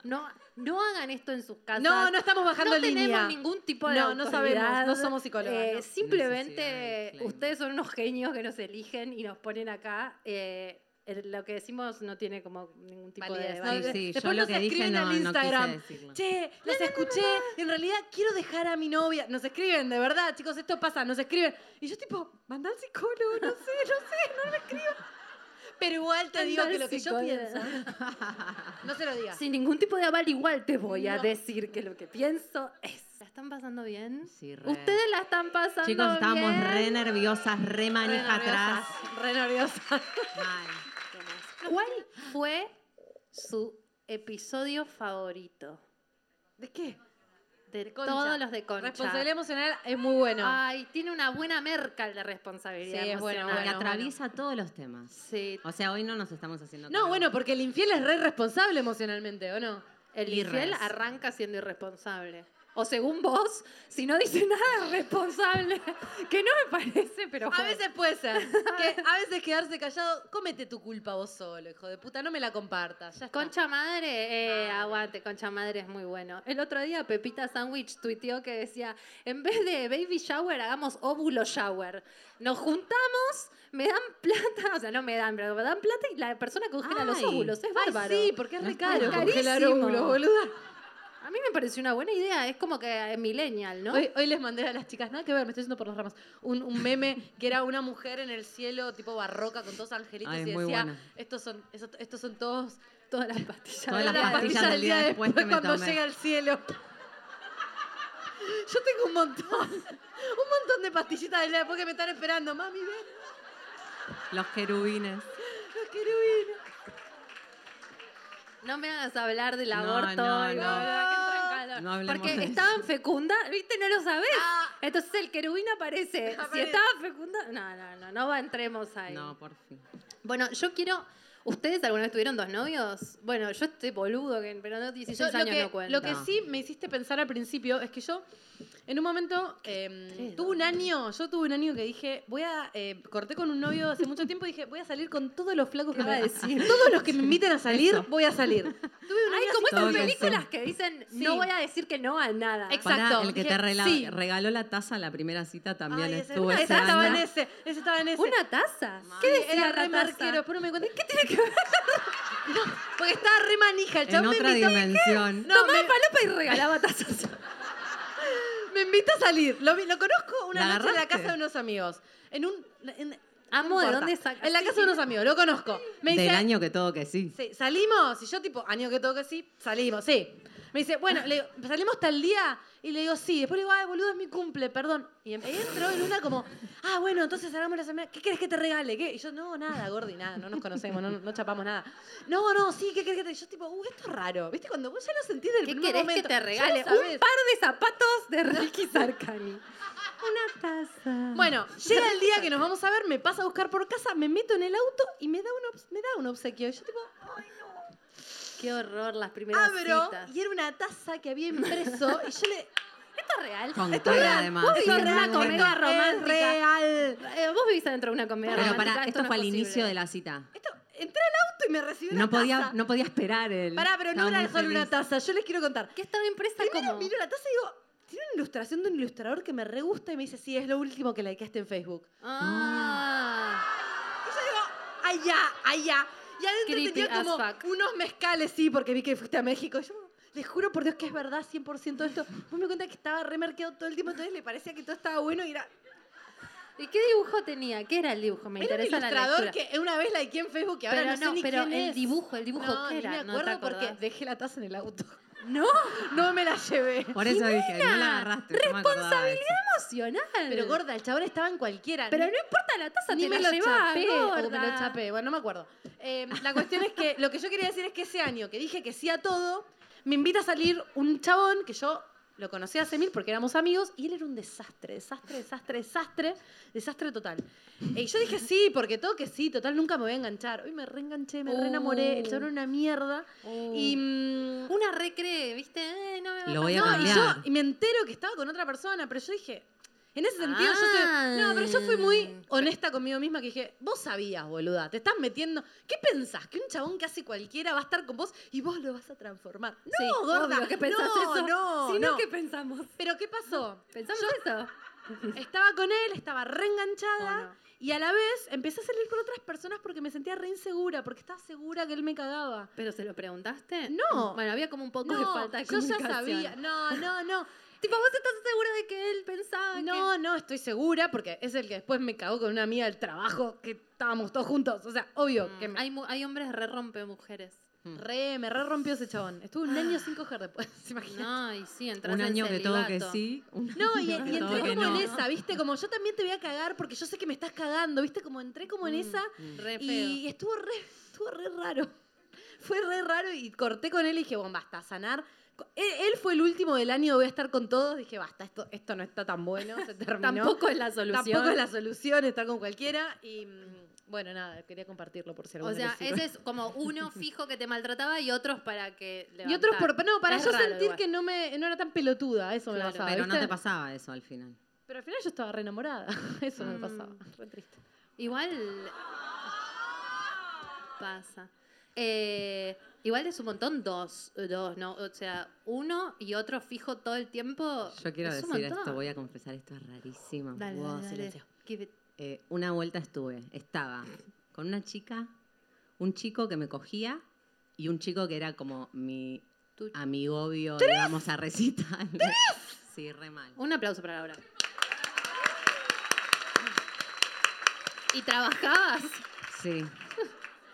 S3: No, no hagan esto en sus casas.
S1: No, no estamos bajando
S3: No tenemos
S1: línea.
S3: ningún tipo de
S1: No, no sabemos,
S3: autoridad.
S1: no somos psicólogas,
S3: Eh,
S1: no.
S3: Simplemente ustedes son unos genios que nos eligen y nos ponen acá. Eh, el- lo que decimos no tiene como ningún tipo
S1: Validez,
S3: de...
S1: ¿no?
S3: validez.
S1: De- Después nos escriben al Instagram. che, las escuché. En realidad quiero dejar a mi novia. Nos escriben, de verdad, chicos, esto pasa, nos escriben. Y yo tipo, manda al psicólogo, no sé, no sé, no me escriban. Pero igual te
S3: Mandá
S1: digo
S3: al
S1: que lo que yo pienso.
S3: psicólogo.
S1: No se lo digas.
S3: Sin ningún tipo de aval, igual te voy a
S1: No.
S3: decir que lo que pienso es... ¿La están pasando bien?
S4: Sí, re.
S3: ¿Ustedes la están pasando bien?
S4: Chicos, estábamos re nerviosas, re
S3: Re
S4: manija
S3: nerviosas,
S4: atrás.
S1: Re nerviosa.
S3: ¿Cuál fue su episodio favorito?
S1: ¿De qué?
S3: De,
S1: Concha.
S3: todos los de Concha. Ah,
S1: Responsabilidad emocional es muy bueno.
S3: Ay, tiene una buena merca la responsabilidad
S1: Sí, es bueno,
S3: emocional.
S4: Porque atraviesa todos los temas.
S3: Sí.
S4: O sea, hoy no nos estamos haciendo...
S1: No, bueno, porque el infiel es re responsable emocionalmente, ¿o no?
S3: El
S4: Irres.
S3: infiel arranca siendo irresponsable. O según vos, si no dice nada es responsable. *laughs* Que no me parece, pero...
S1: A veces puede
S3: *laughs*
S1: ser. Que a veces quedarse callado, cómete tu culpa vos solo, hijo de puta, no me la compartas. Ya está.
S3: Concha Madre, eh, aguante, Concha Madre es muy bueno. El otro día Pepita Sandwich tuiteó que decía, en vez de baby shower, hagamos óvulo shower. Nos juntamos, me dan plata, *laughs* o sea, no me dan, pero me dan plata y la persona congela los
S1: Ay.
S3: óvulos. Es
S1: Ay,
S3: bárbaro.
S1: sí, porque es re caro
S3: carísimo.
S1: congelar óvulos, boluda.
S3: A mí me pareció una buena idea, es como que eh, millennial, ¿no?
S1: Hoy, hoy les mandé a las chicas, nada que ver, me estoy yendo por las ramas, un, un meme que era una mujer en el cielo, tipo barroca, con todos angelitos,
S4: Ay,
S1: y
S4: muy
S1: decía,
S4: buena.
S1: estos son, eso- estos son todos...
S3: Todas las pastillas.
S4: Todas las pastillas del día después que me
S1: cuando
S4: tomé.
S1: llega al cielo. Yo tengo un montón, un montón de pastillitas del día después que me están esperando. Mami, ven,
S4: Los querubines.
S1: los querubines.
S3: No me hagas hablar del
S4: No,
S3: aborto.
S4: no,
S3: y
S4: no.
S3: bla, bla, que entro en calor.
S4: No hablemos de
S3: Porque
S4: eso.
S3: estaban fecunda, ¿viste? No lo sabés. Entonces el querubín aparece. Si
S4: Aparece.
S3: estaba fecunda. No, no, no, no va- entremos ahí.
S4: No, por fin.
S3: Bueno, yo quiero. ¿Ustedes alguna vez tuvieron dos novios? Bueno, yo estoy boludo, que- pero no 16
S1: Yo,
S3: años
S1: lo que,
S3: no cuento.
S1: lo que sí me hiciste pensar al principio es que yo, en un momento, eh, tuve un año, yo tuve un año que dije, voy a, eh, corté con un novio hace mucho tiempo y dije, voy a salir con todos los flacos que me
S3: va a decir?
S1: *laughs* Todos los que me inviten a salir,
S3: Eso.
S1: voy a salir. Tuve un
S3: Hay
S1: año
S3: como
S1: así.
S3: esas películas que dicen,
S1: Sí.
S3: no voy a decir que no a nada.
S4: Pará, el que te
S1: dije,
S4: rela-
S1: sí.
S4: regaló la taza en la primera cita también
S1: Ay, ese-
S4: estuvo
S1: ese
S4: ese
S1: estaba en
S4: año.
S1: ese, ese estaba en ese.
S3: ¿Una taza?
S1: ¿Qué
S3: Ay,
S1: decía
S3: era
S1: era re
S3: la taza.
S1: marquero? Después no me conté. ¿Qué tiene que ver? *laughs* No, porque estaba re manija. El
S4: En
S1: chabón me
S4: otra
S1: invitó, ¿qué?
S4: dimensión.
S1: No,
S3: Tomaba
S1: me-
S3: falopa y regalaba tazas.
S1: Me invita a salir. Lo, vi- lo conozco una
S14: ¿La
S1: noche en la
S14: agarraste?
S1: casa de unos amigos. En un. en-
S14: Amo de
S1: importa.
S14: dónde saca-
S1: En la casa de unos amigos, lo conozco. Me
S4: Del
S1: dice,
S4: año que todo que sí.
S1: Sí, salimos. Y yo, tipo, año que todo que sí, salimos, sí. Me dice, bueno, le digo, salimos tal día. Y le digo, sí. Después le digo, ay, boludo, es mi cumple, perdón. Y em- entro en una como, ah, bueno, entonces hagamos la semana. ¿Qué querés que te regale? ¿Qué? Y yo, no, nada, Gordi, nada, no nos conocemos, no, no chapamos nada. No, no, sí, ¿qué querés que te Yo, tipo, uh, esto es raro. ¿Viste? Cuando vos ya lo sentís del
S3: ¿Qué
S1: primer
S3: querés que
S1: momento.
S3: te
S1: Ya lo
S3: regale?
S1: sabés.
S3: Un par de zapatos de Ricky Sarkani. Una taza.
S1: Bueno, llega el día que *laughs* nos vamos a ver, me pasa a buscar por casa, me meto en el auto y me da un, obs- me da un obsequio. Y yo tipo,
S3: Qué horror las primeras
S1: abro
S3: citas.
S1: y era una taza que había impreso y yo *laughs* le...
S3: ¿Esto es real?
S4: Con
S3: ¿Esto
S4: cola,
S3: real?
S4: además.
S3: Vos vivís
S4: Esto
S3: en
S4: es
S3: una
S4: real.
S3: comedia
S4: Esto es
S3: romántica. Eh, vos vivís dentro de una comedia
S4: Pero
S3: romántica.
S4: pará, esto
S3: no
S4: fue al
S3: es posible.
S4: inicio de la cita.
S1: Entré al auto y me recibió una
S4: No podía,
S1: taza.
S4: no podía esperar el.
S1: Pará, pero no
S4: Estaba
S1: era
S4: muy
S1: solo una
S4: feliz.
S1: taza, yo les quiero contar.
S3: ¿Qué estaba impresa
S1: Primero
S3: como?
S1: miro la taza y digo, tiene una ilustración de un ilustrador que me re gusta y me dice, sí, es lo último que likeaste en Facebook.
S3: Ah.
S1: Y yo digo, allá, allá. Y adentro
S3: Creepy
S1: tenía
S3: as
S1: como
S3: fuck.
S1: unos mezcales, sí, porque vi que fuiste a México. Yo, les juro por Dios que es verdad 100% esto. Vos me cuenta que estaba remarqueado todo el tiempo, entonces le parecía que todo estaba bueno y era...
S3: ¿Y qué dibujo tenía? ¿Qué era el dibujo? Me
S1: Era un
S3: interesa la
S1: ilustrador
S3: lectura.
S1: que una vez likeé en Facebook y ahora
S3: Pero
S1: no, sé
S3: no,
S1: ni
S3: pero
S1: quién
S3: el
S1: es.
S3: dibujo, el dibujo,
S1: no,
S3: ¿qué
S1: ni
S3: era?
S1: me
S3: No te
S1: acuerdo porque
S3: acordás.
S1: dejé la taza en el auto. *laughs* No, no me la llevé.
S4: Por eso dije, no la
S3: Jimena,
S4: agarraste. yo me acordaba de eso.
S3: emocional.
S1: Pero gorda, el chabón estaba en cualquiera.
S3: Pero
S1: Ni-
S3: no importa la taza,
S1: Ni
S3: te
S1: me
S3: la
S1: lo
S3: llevás,
S1: chapé o me
S3: gorda.
S1: lo chapé. Bueno, no me acuerdo. Eh, la cuestión es que lo que yo quería decir es que ese año que dije que sí a todo, me invita a salir un chabón que yo lo conocí hace mil porque éramos amigos y él era un desastre, desastre, desastre, desastre, desastre total. Eh, Y yo dije sí, porque todo que sí, total, nunca me voy a enganchar. Hoy me reenganché, me reenamoré, el chabón era una mierda. Y
S3: Uh.
S1: mm,
S3: Una recree, ¿viste? Eh, no me va
S4: Lo voy a
S3: pasar.
S1: y
S4: cambiar.
S1: yo y me entero que estaba con otra persona, pero yo dije, en ese sentido yo soy, no, pero yo fui
S3: Ah.
S1: muy honesta conmigo misma que dije, vos sabías, boluda, te estás metiendo, ¿qué pensás? Que un chabón que hace cualquiera va a estar con vos y vos lo vas a transformar. No,
S3: Sí,
S1: gorda,
S3: obvio que pensás
S1: no,
S3: eso.
S1: no,
S3: Si no,
S1: no.
S3: ¿qué pensamos?
S1: Pero ¿qué pasó?
S3: ¿Pensamos eso?
S1: Estaba con él, estaba
S3: Oh,
S1: reenganchada y a la vez empecé a salir con otras personas porque me sentía re insegura, porque estaba segura que él me cagaba.
S3: ¿Pero se lo preguntaste?
S1: No.
S3: Bueno, había como un poco de
S1: No,
S3: falta de
S1: yo ya
S3: comunicación.
S1: sabía. No, no, no.
S3: Tipo, ¿vos estás segura de que él pensaba
S1: No, no, estoy segura porque es el que después me cagó con una amiga del trabajo que estábamos todos juntos. O sea, obvio que
S3: que...?
S1: me,
S3: Hay, mu- hay hombres re rompe mujeres.
S1: re, me re rompió ese chabón. Estuve un año sin coger después, *laughs* ¿se imaginan?
S3: Ah. No, y sí, entras
S4: Un
S3: en
S4: año que todo que
S3: celibato.
S4: sí. un
S1: No,
S3: *laughs*
S1: y, y
S4: año que
S1: entré
S4: todo que
S1: como en
S4: no.
S1: esa, ¿viste? Como yo también te voy a cagar porque yo sé que me estás cagando, ¿viste? Como entré como en esa
S3: Mm, Re feo.
S1: y estuvo re, estuvo re raro. *laughs* Fue re raro y corté con él y dije, bueno, basta, sanar. Co- Él, él fue el último del año, voy a estar con todos. Dije, basta, esto, esto no está tan bueno,
S3: *laughs*
S1: se terminó.
S3: Tampoco es la solución.
S1: Tampoco es la solución estar con cualquiera. Y mm, bueno, nada, quería compartirlo por si
S3: O
S1: alguno
S3: sea,
S1: le
S3: ese
S1: sirve.
S3: es como uno fijo que te maltrataba y otros para que
S1: Y otros por.
S3: levantar.
S1: No, para
S3: Es
S1: yo
S3: raro
S1: sentir
S3: igual.
S1: que no, me, no era tan pelotuda, eso me
S4: Claro,
S1: pasaba.
S4: pero no
S1: ¿viste?
S4: te pasaba eso al final.
S1: Pero al final yo estaba re enamorada. *laughs* Eso me pasaba. Re triste.
S3: Igual. Pasa. Eh, igual es un montón dos, dos, ¿no? O sea, uno y otro fijo todo el tiempo.
S4: Yo quiero
S3: es un
S4: decir
S3: montón.
S4: esto, voy a confesar, esto es rarísimo.
S3: Dale,
S4: Wow,
S3: dale, dale.
S4: silencio.
S3: Give it.
S4: Eh, una vuelta estuve, estaba con una chica, un chico que me cogía y un chico que era como mi
S3: Tu-
S4: amigo obvio, digamos, a recital. Sí, re mal.
S3: Un aplauso para Laura. ¿Y trabajabas? *laughs*
S4: Sí.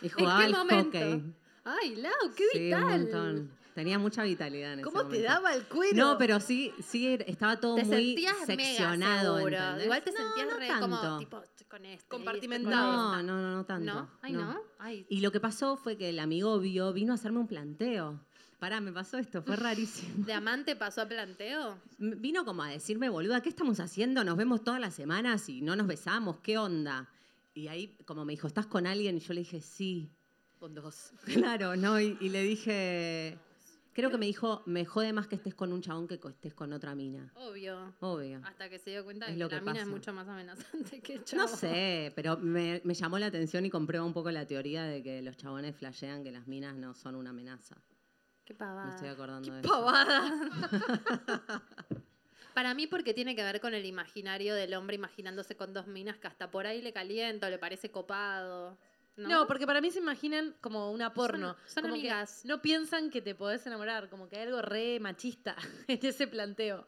S4: Y jugaba al
S3: momento?
S4: hockey.
S3: Ay, Lau, qué
S4: sí,
S3: vital.
S4: un montón. Tenía mucha vitalidad en ese
S3: ¿Cómo te
S4: momento.
S3: daba el cuero?
S4: No, pero sí, sí, era- estaba todo
S3: Te
S4: muy
S3: sentías mega
S4: seccionado.
S3: seguro.
S4: ¿entendés?
S3: Igual te
S4: No,
S3: sentías
S4: no
S3: re como
S4: tanto.
S3: tipo estoy con este. y estoy con
S1: Compartimentado.
S4: No, no, no, no tanto.
S3: ¿No? Ay, ¿no? Ay.
S4: Y lo que pasó fue que el amigo vio, vino a hacerme un planteo. Pará, me pasó esto, fue
S1: *laughs*
S4: rarísimo.
S3: ¿De amante pasó a planteo?
S4: M- Vino como a decirme, boluda, ¿qué estamos haciendo? Nos vemos todas las semanas y no nos besamos, ¿qué onda? Y ahí como me dijo, ¿estás con alguien? Y yo le dije, sí.
S1: Con dos.
S4: *laughs* Claro, ¿no? Y, y le dije, creo que me dijo, me jode más que estés con un chabón que co- estés con otra mina.
S3: Obvio.
S4: Obvio.
S1: Ah,
S3: Hasta que se dio cuenta
S4: Es
S3: de que
S4: lo
S3: la
S4: que
S3: mina es
S4: pasa.
S3: mucho más amenazante que el chavo.
S4: No sé, pero me, me llamó la atención y comprueba un poco la teoría de que los chabones flashean que las minas no son una amenaza.
S3: Qué pavada.
S4: Me estoy acordando de
S3: Qué
S4: eso.
S3: pavada. Para mí porque tiene que ver con el imaginario del hombre imaginándose con dos minas que hasta por ahí le calienta o le parece copado. No,
S1: ¿No? porque para mí se imaginan como una porno.
S3: son
S1: como que
S3: amigas.
S1: *laughs* no piensan que te podés enamorar, como que hay algo re machista en ese planteo.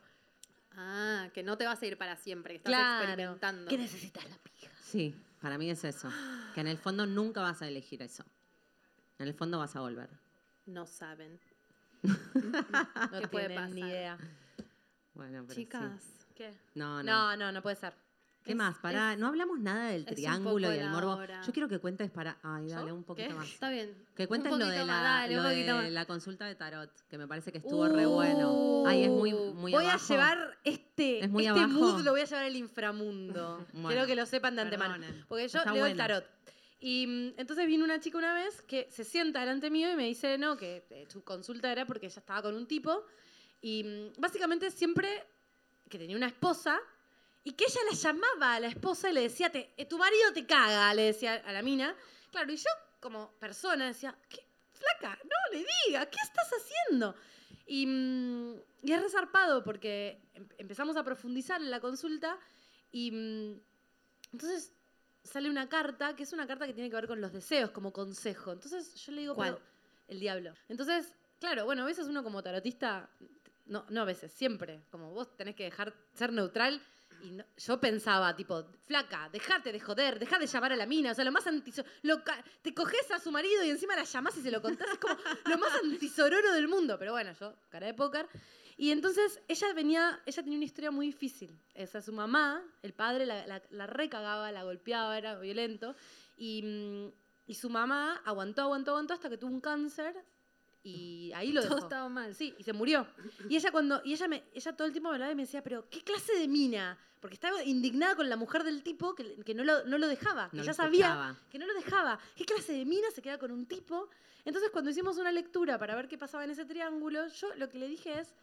S1: Ah, que no te vas a ir para siempre, que estás
S4: Claro.
S1: experimentando.
S4: ¿Qué
S1: necesitas la
S4: Sí, para mí es eso. Que en el fondo nunca vas a elegir eso. En el fondo vas a volver.
S1: No saben.
S15: No
S1: ¿Qué puede
S15: tienen
S1: pasar?
S15: ni idea.
S4: Bueno, pero sí.
S1: Chicas. ¿Qué?
S4: No, no.
S1: No, no, no puede ser.
S4: ¿Qué
S1: Es-
S4: más? Pará,
S1: es-
S4: no hablamos nada del
S1: es un
S4: triángulo
S1: poco
S4: y el
S1: la
S4: morbo.
S1: hora.
S4: Yo quiero que cuentes para. Ay, dale, un poquito
S1: ¿Qué?
S4: más.
S1: Está bien.
S4: Que
S1: Un
S4: cuentes lo de,
S1: poquito
S4: la,
S1: más, dale, un
S4: lo de
S1: poquito más. Uh,
S4: la consulta de tarot, que me parece que estuvo re bueno. Ay, es muy, muy
S1: Voy a
S4: abajo.
S1: llevar este,
S4: Es muy
S1: este
S4: abajo.
S1: mood lo voy a llevar al inframundo.
S4: *laughs* Bueno,
S1: Quiero que lo sepan de antemano.
S4: perdonen.
S1: Porque yo
S4: Está
S1: leo el
S4: bueno.
S1: tarot. Y mm, entonces vino una chica una vez que se sienta delante mío y me dice, no, que eh, su consulta era porque ella estaba con un tipo. Y mm, básicamente siempre que tenía una esposa y que ella la llamaba a la esposa y le decía, te, eh, tu marido te caga, le decía a la mina. Claro, y yo como persona decía, ¿qué flaca? No le diga, ¿qué estás haciendo? Y, mm, y es resarpado porque em- empezamos a profundizar en la consulta y mm, entonces sale una carta que es una carta que tiene que ver con los deseos como consejo. Entonces yo le digo,
S3: ¿Cuál?
S1: "Pero, el diablo. Entonces, claro, bueno, a veces uno como tarotista, no, no a veces, siempre, como vos tenés que dejar ser neutral. Y no- yo pensaba, tipo, flaca, dejate de joder, dejá de llamar a la mina. O sea, lo más antiso... lo ca- te coges a su marido y encima la llamás y se lo contás. Es como lo más antisororo del mundo. Pero bueno, yo, cara de póker. Y entonces ella venía, ella tenía una historia muy difícil. O sea, su mamá, el padre la, la- la recagaba, la golpeaba, era violento. Y, mm, y su mamá aguantó, aguantó, aguantó hasta que tuvo un cáncer y ahí lo
S3: Todo
S1: dejó.
S3: estaba
S1: mal. Sí, y se murió. Y ella cuando y ella me ella todo el tiempo me hablaba y me decía, "Pero qué clase de mina?" Porque estaba indignada con la mujer del tipo que, que no, lo, no lo dejaba, que
S4: No lo
S1: ya sabía
S4: escuchaba.
S1: que no lo dejaba. ¿Qué clase de mina se queda con un tipo? Entonces, cuando hicimos una lectura para ver qué pasaba en ese triángulo, yo lo que le dije es,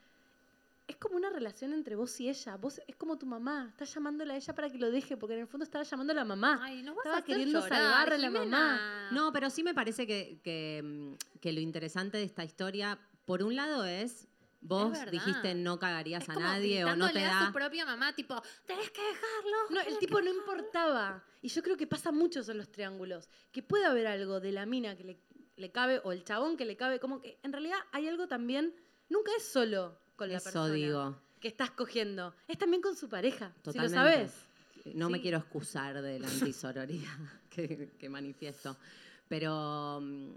S1: es como una relación entre vos y ella. Vos es como tu mamá. Estás llamándola a ella para que lo deje, porque en el fondo estaba llamando a la mamá. estaba queriendo salvar a la mamá.
S4: No, pero sí me parece que, que, mm, que lo interesante de esta historia, por un lado es, vos
S1: verdad.
S4: dijiste no cagarías a
S1: como
S4: nadie o no te
S1: gritándole a
S4: da...
S1: su propia mamá, tipo, tenés que dejarlo. No, el tipo no importaba. Y yo creo que pasa mucho eso en los triángulos. Que puede haber algo de la mina que le, le cabe o el chabón que le cabe. Como que en realidad hay algo también, nunca es solo con la
S4: Eso
S1: persona
S4: digo.
S1: que estás cogiendo. Es también con su pareja,
S4: Totalmente.
S1: si lo sabes.
S4: No me
S1: Sí.
S4: quiero excusar de la antisororidad *laughs* que, que manifiesto. Pero, mm,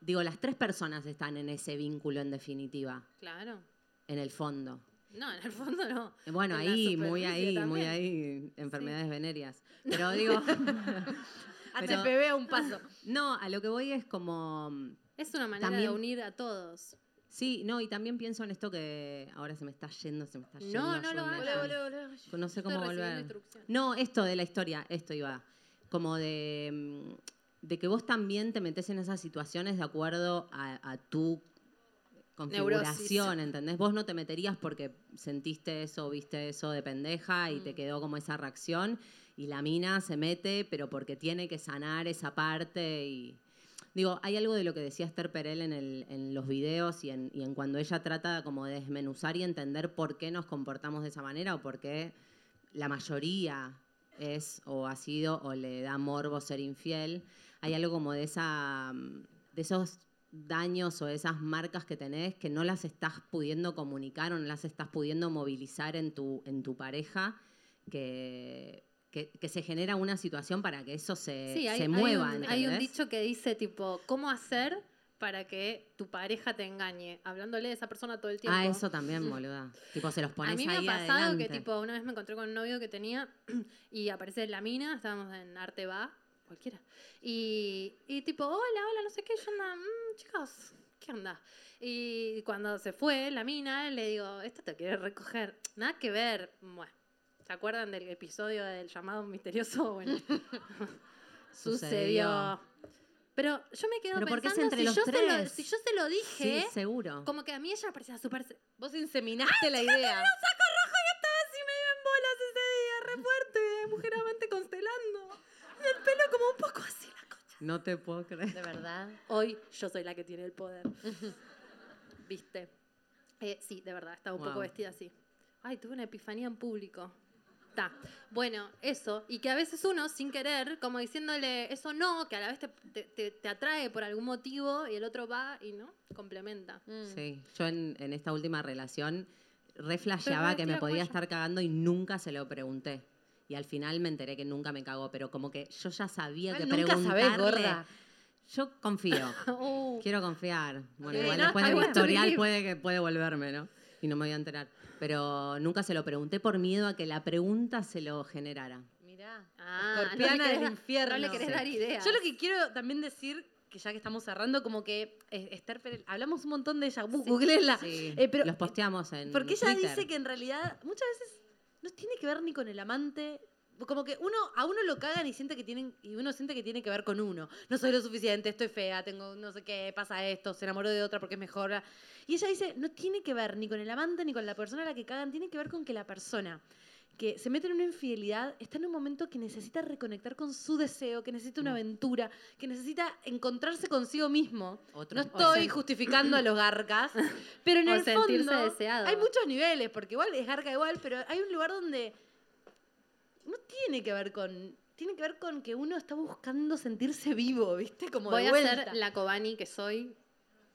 S4: digo, las tres personas están en ese vínculo en definitiva,
S1: Claro.
S4: en el fondo.
S1: No, en el fondo no.
S4: Bueno,
S1: En la
S4: ahí, muy
S1: superficie
S4: ahí, muy
S1: también.
S4: ahí,
S1: *laughs*
S4: enfermedades venerias. Pero digo... pero-
S1: HPV a un paso.
S4: No, a lo que voy es como... mm,
S1: Es una manera
S4: También-
S1: de unir a todos.
S4: Sí, no, y también pienso en esto que ahora se me está yendo, se me está yendo.
S1: No, no lo
S4: ayúdenme,
S1: hagas.
S4: ayúdenme.
S1: Volé, volé, volé.
S4: No sé
S1: Estoy
S4: cómo
S1: recibiendo
S4: volver.
S1: instrucciones.
S4: No, esto de la historia, esto iba. Como de, mm, de que vos también te metes en esas situaciones de acuerdo a, a tu configuración,
S1: Neurosis.
S4: ¿entendés? Vos no te meterías porque sentiste eso, viste eso de pendeja y te quedó como esa reacción y la mina se mete, pero porque tiene que sanar esa parte y... Digo, hay algo de lo que decía Esther Perel en, el- en los videos y en, y en cuando ella trata como de desmenuzar y entender por qué nos comportamos de esa manera o por qué la mayoría es o ha sido o le da morbo ser infiel. Hay algo como de, esa, mm, de esos daños o esas marcas que tenés que no las estás pudiendo comunicar o no las estás pudiendo movilizar en tu, en tu pareja, que, que- que se genera una situación para que eso se,
S1: Sí, hay,
S4: eh, se
S1: hay
S4: mueva.
S1: un- hay un
S4: ¿entendés?
S1: dicho que dice tipo, ¿cómo hacer para que tu pareja te engañe? Hablándole de esa persona todo el tiempo.
S4: Ah, eso
S1: *laughs*
S4: también, boluda. tipo, se los pones
S1: a mí me
S4: ahí
S1: ha pasado
S4: adelante.
S1: que tipo una vez me encontré con un novio que tenía *clears throat* y aparece la mina, estábamos en Arte Va, cualquiera. Y, y tipo, hola, hola, no sé qué, yo andaba, "Mm, chicos, ¿qué onda? Y cuando se fue la mina, le digo, esta te quiere recoger. Nada que ver. Bueno, ¿se acuerdan del episodio del llamado misterioso? *laughs* Bueno,
S4: *laughs*
S1: sucedió. Pero yo me quedo
S4: Pero porque es
S1: pensando
S4: entre
S1: si,
S4: los
S1: yo se lo,
S4: tres.
S1: si yo se lo dije,
S4: Sí, seguro.
S1: como que a mí ella parecía súper... Vos inseminaste la idea.
S3: Estaba así medio en bolas ese día, re fuerte, de mujer amante constelando. Y el pelo como un poco así.
S4: No te puedo creer.
S1: De verdad. Hoy yo soy la que tiene el poder. ¿Viste? Eh, sí, de verdad, estaba un poco
S3: Wow.
S1: vestida así. Ay, tuve una epifanía en público. Está. Bueno, eso. Y que a veces uno, sin querer, como diciéndole eso no, que a la vez te, te- te- te atrae por algún motivo y el otro va y no, complementa.
S4: Sí, yo en, en esta última relación reflasheaba
S16: Pero
S4: que
S16: tira
S4: me podía
S16: cuello.
S4: estar cagando y nunca se lo pregunté. Y al final me enteré que nunca me cagó, pero como que yo ya
S1: Ah,
S4: sabía que
S16: Igual nunca
S4: preguntarle.
S16: sabés, gorda.
S4: Yo confío.
S16: Uh.
S4: Quiero confiar. Bueno,
S16: Sí,
S4: igual
S16: ¿no?
S4: después
S16: I
S4: del
S16: want to
S4: historial
S16: believe.
S4: puede que puede volverme, ¿no? Y no me voy a enterar. Pero nunca se lo pregunté por miedo a que la pregunta se lo generara.
S16: Mirá.
S1: Ah,
S3: Ah,
S1: Escorpiana
S16: no le querés
S1: del
S16: da-
S1: infierno.
S16: No le querés dar ideas.
S1: Yo lo que quiero también decir, que ya que estamos cerrando, como que eh, Esther Perel, hablamos un montón de ella, bu- googleenla.
S4: Sí,
S1: Eh, pero
S4: los posteamos en
S1: porque ella
S4: Twitter.
S1: dice que en realidad muchas veces no tiene que ver ni con el amante. Como que uno, a uno lo cagan y siente que tienen, y uno siente que tiene que ver con uno. No soy lo suficiente, estoy fea, tengo no sé qué, pasa esto, se enamoró de otra porque es mejor. Y ella dice, no tiene que ver ni con el amante ni con la persona a la que cagan, tiene que ver con que la persona que se mete en una infidelidad está en un momento que necesita reconectar con su deseo, que necesita
S16: Mm.
S1: una aventura, que necesita encontrarse consigo mismo.
S16: Otro.
S1: No
S16: O
S1: estoy
S16: sen-
S1: justificando a
S16: *laughs*
S1: los gargas, pero en
S16: O
S1: el
S16: sentirse
S1: fondo
S16: deseado.
S1: hay muchos niveles, porque igual es garga igual, pero hay un lugar donde no tiene que ver con tiene que ver con que uno está buscando sentirse vivo, ¿viste? Como
S3: Voy
S1: de
S3: a
S1: vuelta.
S3: ser la Cobani que soy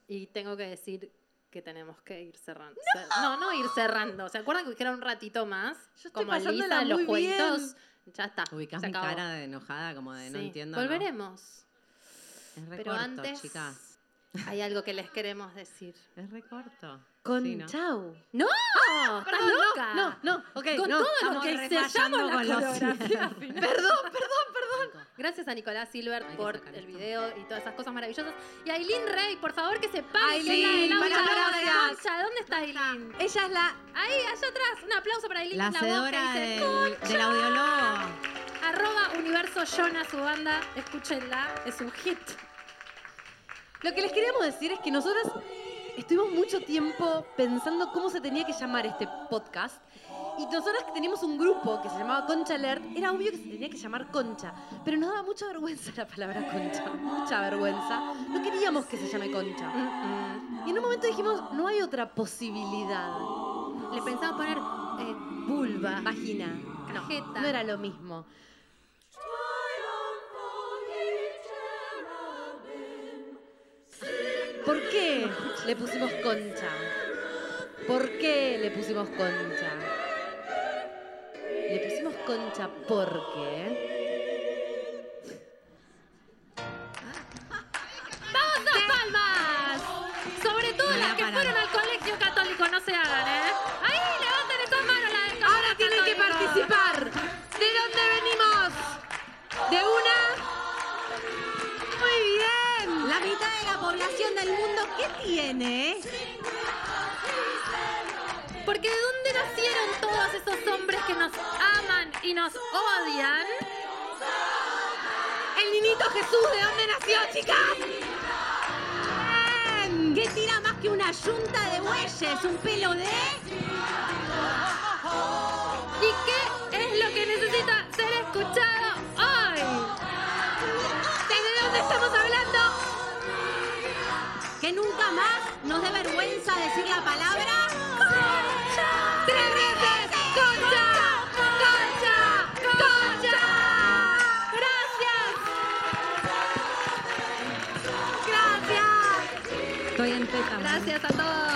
S3: y tengo que decir que tenemos que ir cerrando. Cer- No, no, ir cerrando. ¿Se acuerdan que era un ratito más? Yo
S1: estoy
S3: Como
S1: pasándola
S3: Lisa, los
S1: muy bien.
S3: cuentos. Ya está.
S4: Ubicás
S3: se
S4: mi
S3: acabó.
S4: cara de enojada, como de no
S3: Sí.
S4: entiendo. ¿no?
S3: Volveremos.
S4: Es re
S3: Pero
S4: corto,
S3: antes-
S4: chicas.
S3: Hay algo que les queremos
S1: *laughs*
S3: decir.
S4: Es recorto.
S1: Con
S4: Sí, ¿no?
S1: chau.
S3: ¡No!
S1: Ah,
S3: Oh, ¡Estás
S1: perdón, no,
S3: loca!
S1: No, no, ok,
S3: Con
S1: no,
S3: todo lo
S1: estamos
S3: que
S1: re
S3: se
S1: fallando
S3: llama una
S1: con los
S4: *laughs*
S3: coreografía
S1: cierres.
S3: final.
S1: Perdón, perdón,
S3: perdón. Gracias a Nicolás Silver por el video y todas esas cosas maravillosas. Y a Aileen Rey, por favor, que se pare.
S1: Aileen,
S3: que es la del audio
S1: muchas
S3: de la
S1: gracias.
S3: concha. ¿Dónde está Aileen?
S1: Ella es la...
S3: Ahí, allá atrás. Un aplauso para Aileen.
S4: La
S3: que es la voz
S4: hacedora
S3: que dice,
S4: del,
S3: "Concha".
S4: del audiólogo.
S3: Arroba Universo Jonah, su banda. Escúchenla, es un hit.
S1: Lo que les queríamos decir es que nosotras estuvimos mucho tiempo pensando cómo se tenía que llamar este podcast. Y nosotras que teníamos un grupo que se llamaba Concha Alert, era obvio que se tenía que llamar Concha, pero nos daba mucha vergüenza la palabra Concha, mucha vergüenza. No queríamos que se llame Concha. Y en un momento dijimos, no hay otra posibilidad.
S3: Le pensamos poner
S1: eh, vulva, vagina,
S3: cajeta.
S1: No, no era lo mismo. ¿Por qué le pusimos concha? ¿Por qué le pusimos concha? Le pusimos concha porque.
S3: ¡Vamos a palmas! Sobre todo las que fueron al colegio católico, no se hagan, ¿eh? ¡Ahí, levanten esas manos las del colegio
S1: Ahora tienen que
S3: católico!
S1: participar. ¿De dónde venimos? ¿De una?
S2: Muy bien. La mitad de la población del mundo, ¿qué tiene?
S3: Porque de dónde nacieron todos esos hombres que nos aman y nos odian.
S1: El niñito Jesús, ¿de dónde nació,
S2: chicas? ¿Qué tira más que una yunta de bueyes? ¿Un pelo de...?
S3: ¿Y qué es lo que necesita ser escuchado hoy?
S2: ¿Desde dónde estamos hablando? Que nunca más nos dé vergüenza decir la palabra... ¡Concha! ¡Tres veces! ¡Concha! ¡Concha! ¡Concha! ¡Gracias! ¡Gracias!
S4: Estoy en teta.
S3: Gracias a todos.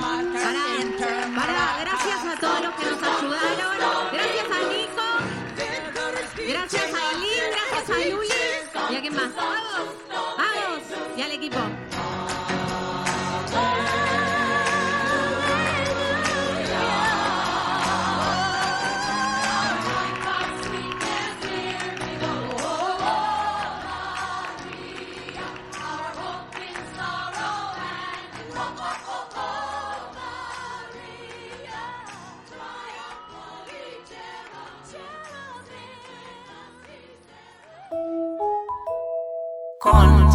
S2: Pará, pará, gracias a todos los que nos ayudaron. Gracias a Nico. Gracias a Aileen, gracias a Luli.
S4: ¿Y a quién más?
S2: Vamos, vamos. Y al equipo.
S17: Con